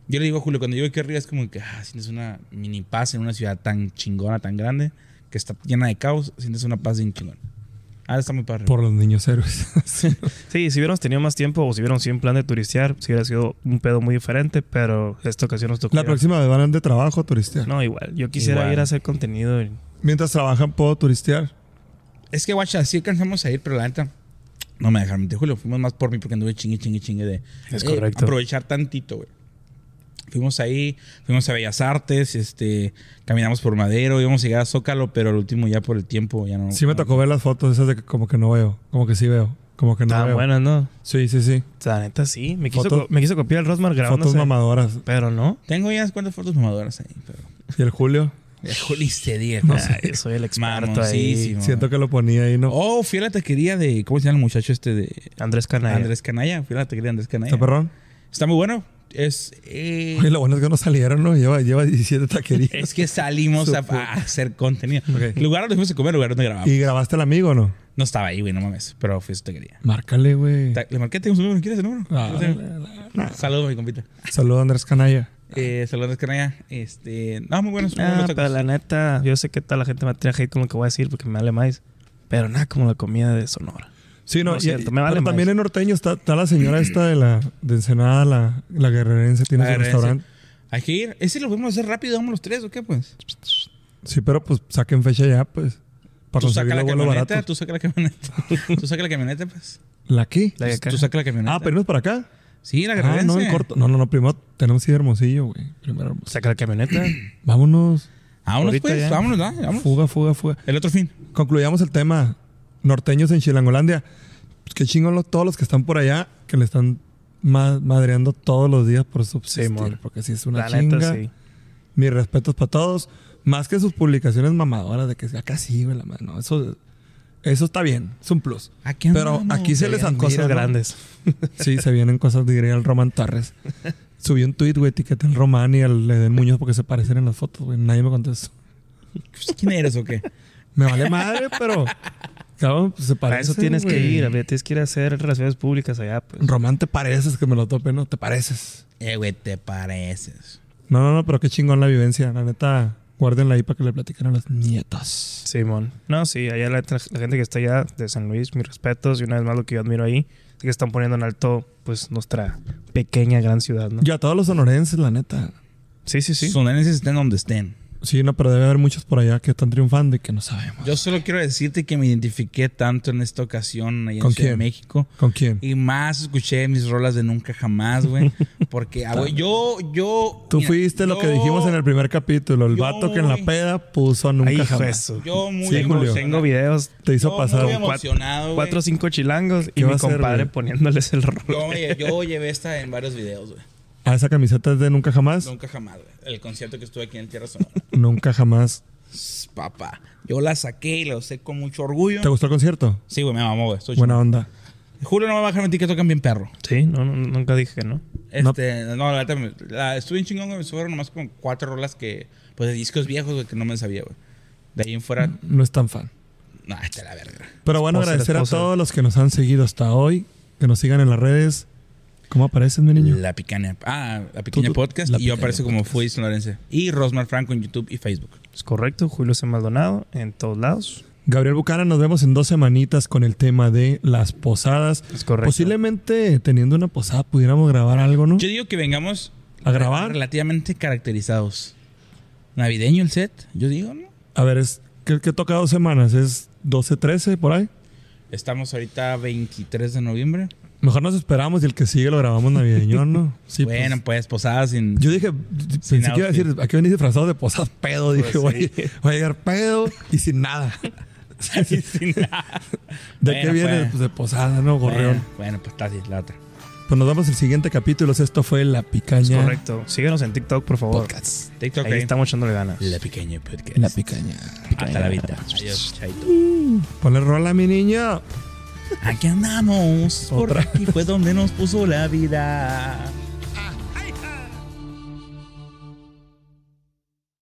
Yo le digo a Julio, cuando llego aquí arriba es como que ah, sientes una mini paz en una ciudad tan chingona, tan grande, que está llena de caos. Sientes una paz bien chingona. Ah, está muy padre. Por los niños héroes. Sí, si hubiéramos tenido más tiempo o si hubiéramos sido en plan de turistear, si hubiera sido un pedo muy diferente, pero esta ocasión nos tocó. La ir a- próxima vez van de trabajo a turistear. No, igual. Yo quisiera Igual. ir a hacer contenido. y- Mientras trabajan, puedo turistear. Es que, guacha, sí alcanzamos a ir, pero la neta... No me dejaron mentir, Julio. Fuimos más por mí porque anduve chingue, chingue, chingue de... Es eh, correcto. aprovechar tantito, güey. Fuimos ahí, fuimos a Bellas Artes, este... Caminamos por Madero, íbamos a llegar a Zócalo, pero al último ya por el tiempo ya no... Sí me tocó ver las fotos esas de que como que no veo. Como que sí veo. Como que no Estaban veo. buenas, ¿no? Sí, sí, sí. La neta sí. Me quiso, Fotos- co- me quiso copiar el Rosmar grabándose. Fotos mamadoras. Pero no. Tengo ya unas cuantas fotos mamadoras ahí, pero... Y el Julio, Joliste 10. Ay, soy el experto ahí. Mamoncísimo. siento que lo ponía ahí, ¿no? Oh, fui a la taquería de... ¿Cómo se llama el muchacho este de... Andrés Canal. Andrés Canalla? Fui a la taquería de Andrés Canalla. ¿Está perrón? Está muy bueno. Es... eh, Oye, lo bueno es que no salieron, ¿no? Lleva, lleva 17 taquerías. Es que salimos a, a hacer contenido. Ok. Lugar donde fuimos a comer, lugar donde grabamos. ¿Y grabaste al amigo o no? No estaba ahí, güey, no mames. Pero fui a su taquería. Márcale, güey. Ta- Le marqué, tengo su número. ¿Quieres el número? Ah, Yo tengo. Saludos, mi compita. Saludos, Andrés Canalla. Eh, saludos, Andrés Canalla. Este... No, muy buenos. muy Ah, buenos pero tacos. la neta, yo sé que toda la gente me va a tirar hate con lo que voy a decir porque me vale más. Pero nada como la comida de Sonora. Sí, no, Lo y- siento, me vale pero más. también en Norteño está, está la señora esta de la de Ensenada, la, la guerrerense, tiene La su guerrerense. restaurante. Hay que ir. Ese lo podemos hacer rápido, vamos los tres, ¿o qué, pues? Sí, pero pues saquen fecha ya, pues. Para Tú saca conseguir la el vuelo camioneta, barato. tú saca la camioneta. tú saca la camioneta, pues. ¿La aquí? La de acá. Tú saca la camioneta. Ah, pero no para acá. Sí, la Ah, guerrerense. no, en corto. No, no, no, primero tenemos que ir a Hermosillo, güey. Primero Hermosillo. Saca la camioneta. Vámonos. Vámonos, Ahorita pues. ya. Vámonos, ¿no? Vámonos. Fuga, fuga, fuga. El otro fin. Concluyamos el tema. Norteños en Chilangolandia. Pues, qué chingón los- todos los que están por allá que le están ma- madreando todos los días por subsistir. mon. porque sí es una la chinga. neta, sí. Mis respetos para todos. Más que sus publicaciones mamadoras de que acá sí, güey, la mano. eso, eso está bien. Es un plus. Aquí Pero andamos, aquí se ahí les antoja. andamos. Cosas ¿no? grandes. Sí, se vienen cosas, diría el Román Torres. Subí un tweet, güey, etiqueta al Román y al Eden Muñoz porque se parecen en las fotos, güey. Nadie me contestó. ¿Quién eres o qué? Me vale madre, pero. Cabrón, pues, se Para parecen. eso tienes que güey. ir. a ver, Tienes que ir a hacer relaciones públicas allá. Pues. Román, te pareces que me lo tope, ¿no? Te pareces. Eh, güey, te pareces. No, no, no, pero qué chingón la vivencia. La neta, guárdenla ahí para que le platiquen a los nietos. Simón. No, sí, allá la, la gente que está allá de San Luis, mis respetos y una vez más lo que yo admiro ahí, es que están poniendo en alto pues nuestra pequeña gran ciudad, ¿no? Y a todos los sonorenses, la neta. Sí, sí, sí. Sonorenses estén donde estén. Sí, no, pero debe haber muchos por allá que están triunfando y que no sabemos. Yo solo quiero decirte que me identifiqué tanto en esta ocasión allá en ¿Con Ciudad de quién? México. ¿Con quién? Y más escuché mis rolas de nunca jamás, güey. Porque, ah, güey, yo, yo. Tú mira, fuiste lo que yo- dijimos en el primer capítulo. El yo, vato que en la güey. peda puso nunca Ahí jamás. eso. Yo muy Sí, Julio. Tengo videos, Te hizo Yo pasar. muy un- emocionado, güey. cuatro o cinco chilangos y ¿Qué va mi a ser, compadre güey? poniéndoles el rol. Yo, me- yo llevé esta en varios videos, güey. Ah, esa camiseta es de nunca jamás. Nunca jamás, güey. El concierto que estuve aquí en Tierra Sonora. Nunca jamás. Sss, Papá. Yo la saqué y la usé con mucho orgullo. ¿Te gustó el concierto? Sí, güey, me mamó, güey. Estoy Buena onda. chingón. Julio no me va a dejar mentir que tocan bien perro. Sí, no, no, nunca dije que no. Este, no, la verdad, me- la, estuve en chingón, güey. Fueron nomás como cuatro rolas que, pues, de discos viejos, güey, que no me sabía, güey. De ahí en fuera, No es tan fan. no, está la verga. Pero bueno, Esposa, agradecer a esposa. todos los que nos han seguido hasta hoy. Que nos sigan en las redes. ¿Cómo aparecen, mi niño? La Picaña. Ah, La Picaña Tú- Podcast. La y yo Picaña aparezco como Fui Sonorense. Y Rosmar Franco en YouTube y Facebook. Es correcto, Julio C. Maldonado, en todos lados. Gabriel Bucana, nos vemos en dos semanitas con el tema de las posadas. Es correcto. Posiblemente teniendo una posada pudiéramos grabar algo, ¿no? Yo digo que vengamos ¿A grabar? relativamente caracterizados. Navideño el set, yo digo, ¿no? A ver, es ¿Qué, qué toca dos semanas? ¿Es 12, 13 por ahí? Estamos ahorita 23 de noviembre. Mejor nos esperamos y el que sigue lo grabamos navideño, ¿no? Sí, pues. bueno, pues, posadas sin. Yo dije, pensé que iba a outfit. decir, ¿a qué venís disfrazado de posadas pedo? Dije, Pues, voy, sí. voy a llegar pedo y sin nada. sin nada. ¿De Bueno, qué viene? pues. Pues de posada, ¿no? Gorreón. Bueno, bueno, pues está así, la otra. Pues nos vemos el siguiente capítulo. Esto fue La Es Picaña correcto. Síguenos en TikTok, por favor. Podcast. TikTok Ahí ahí. estamos echándole ganas. La pequeña podcast. La picaña. Hasta la vista. Adiós, chaito. Ponle rola, mi niño. Aquí andamos. Otra. Por aquí fue donde nos puso la vida.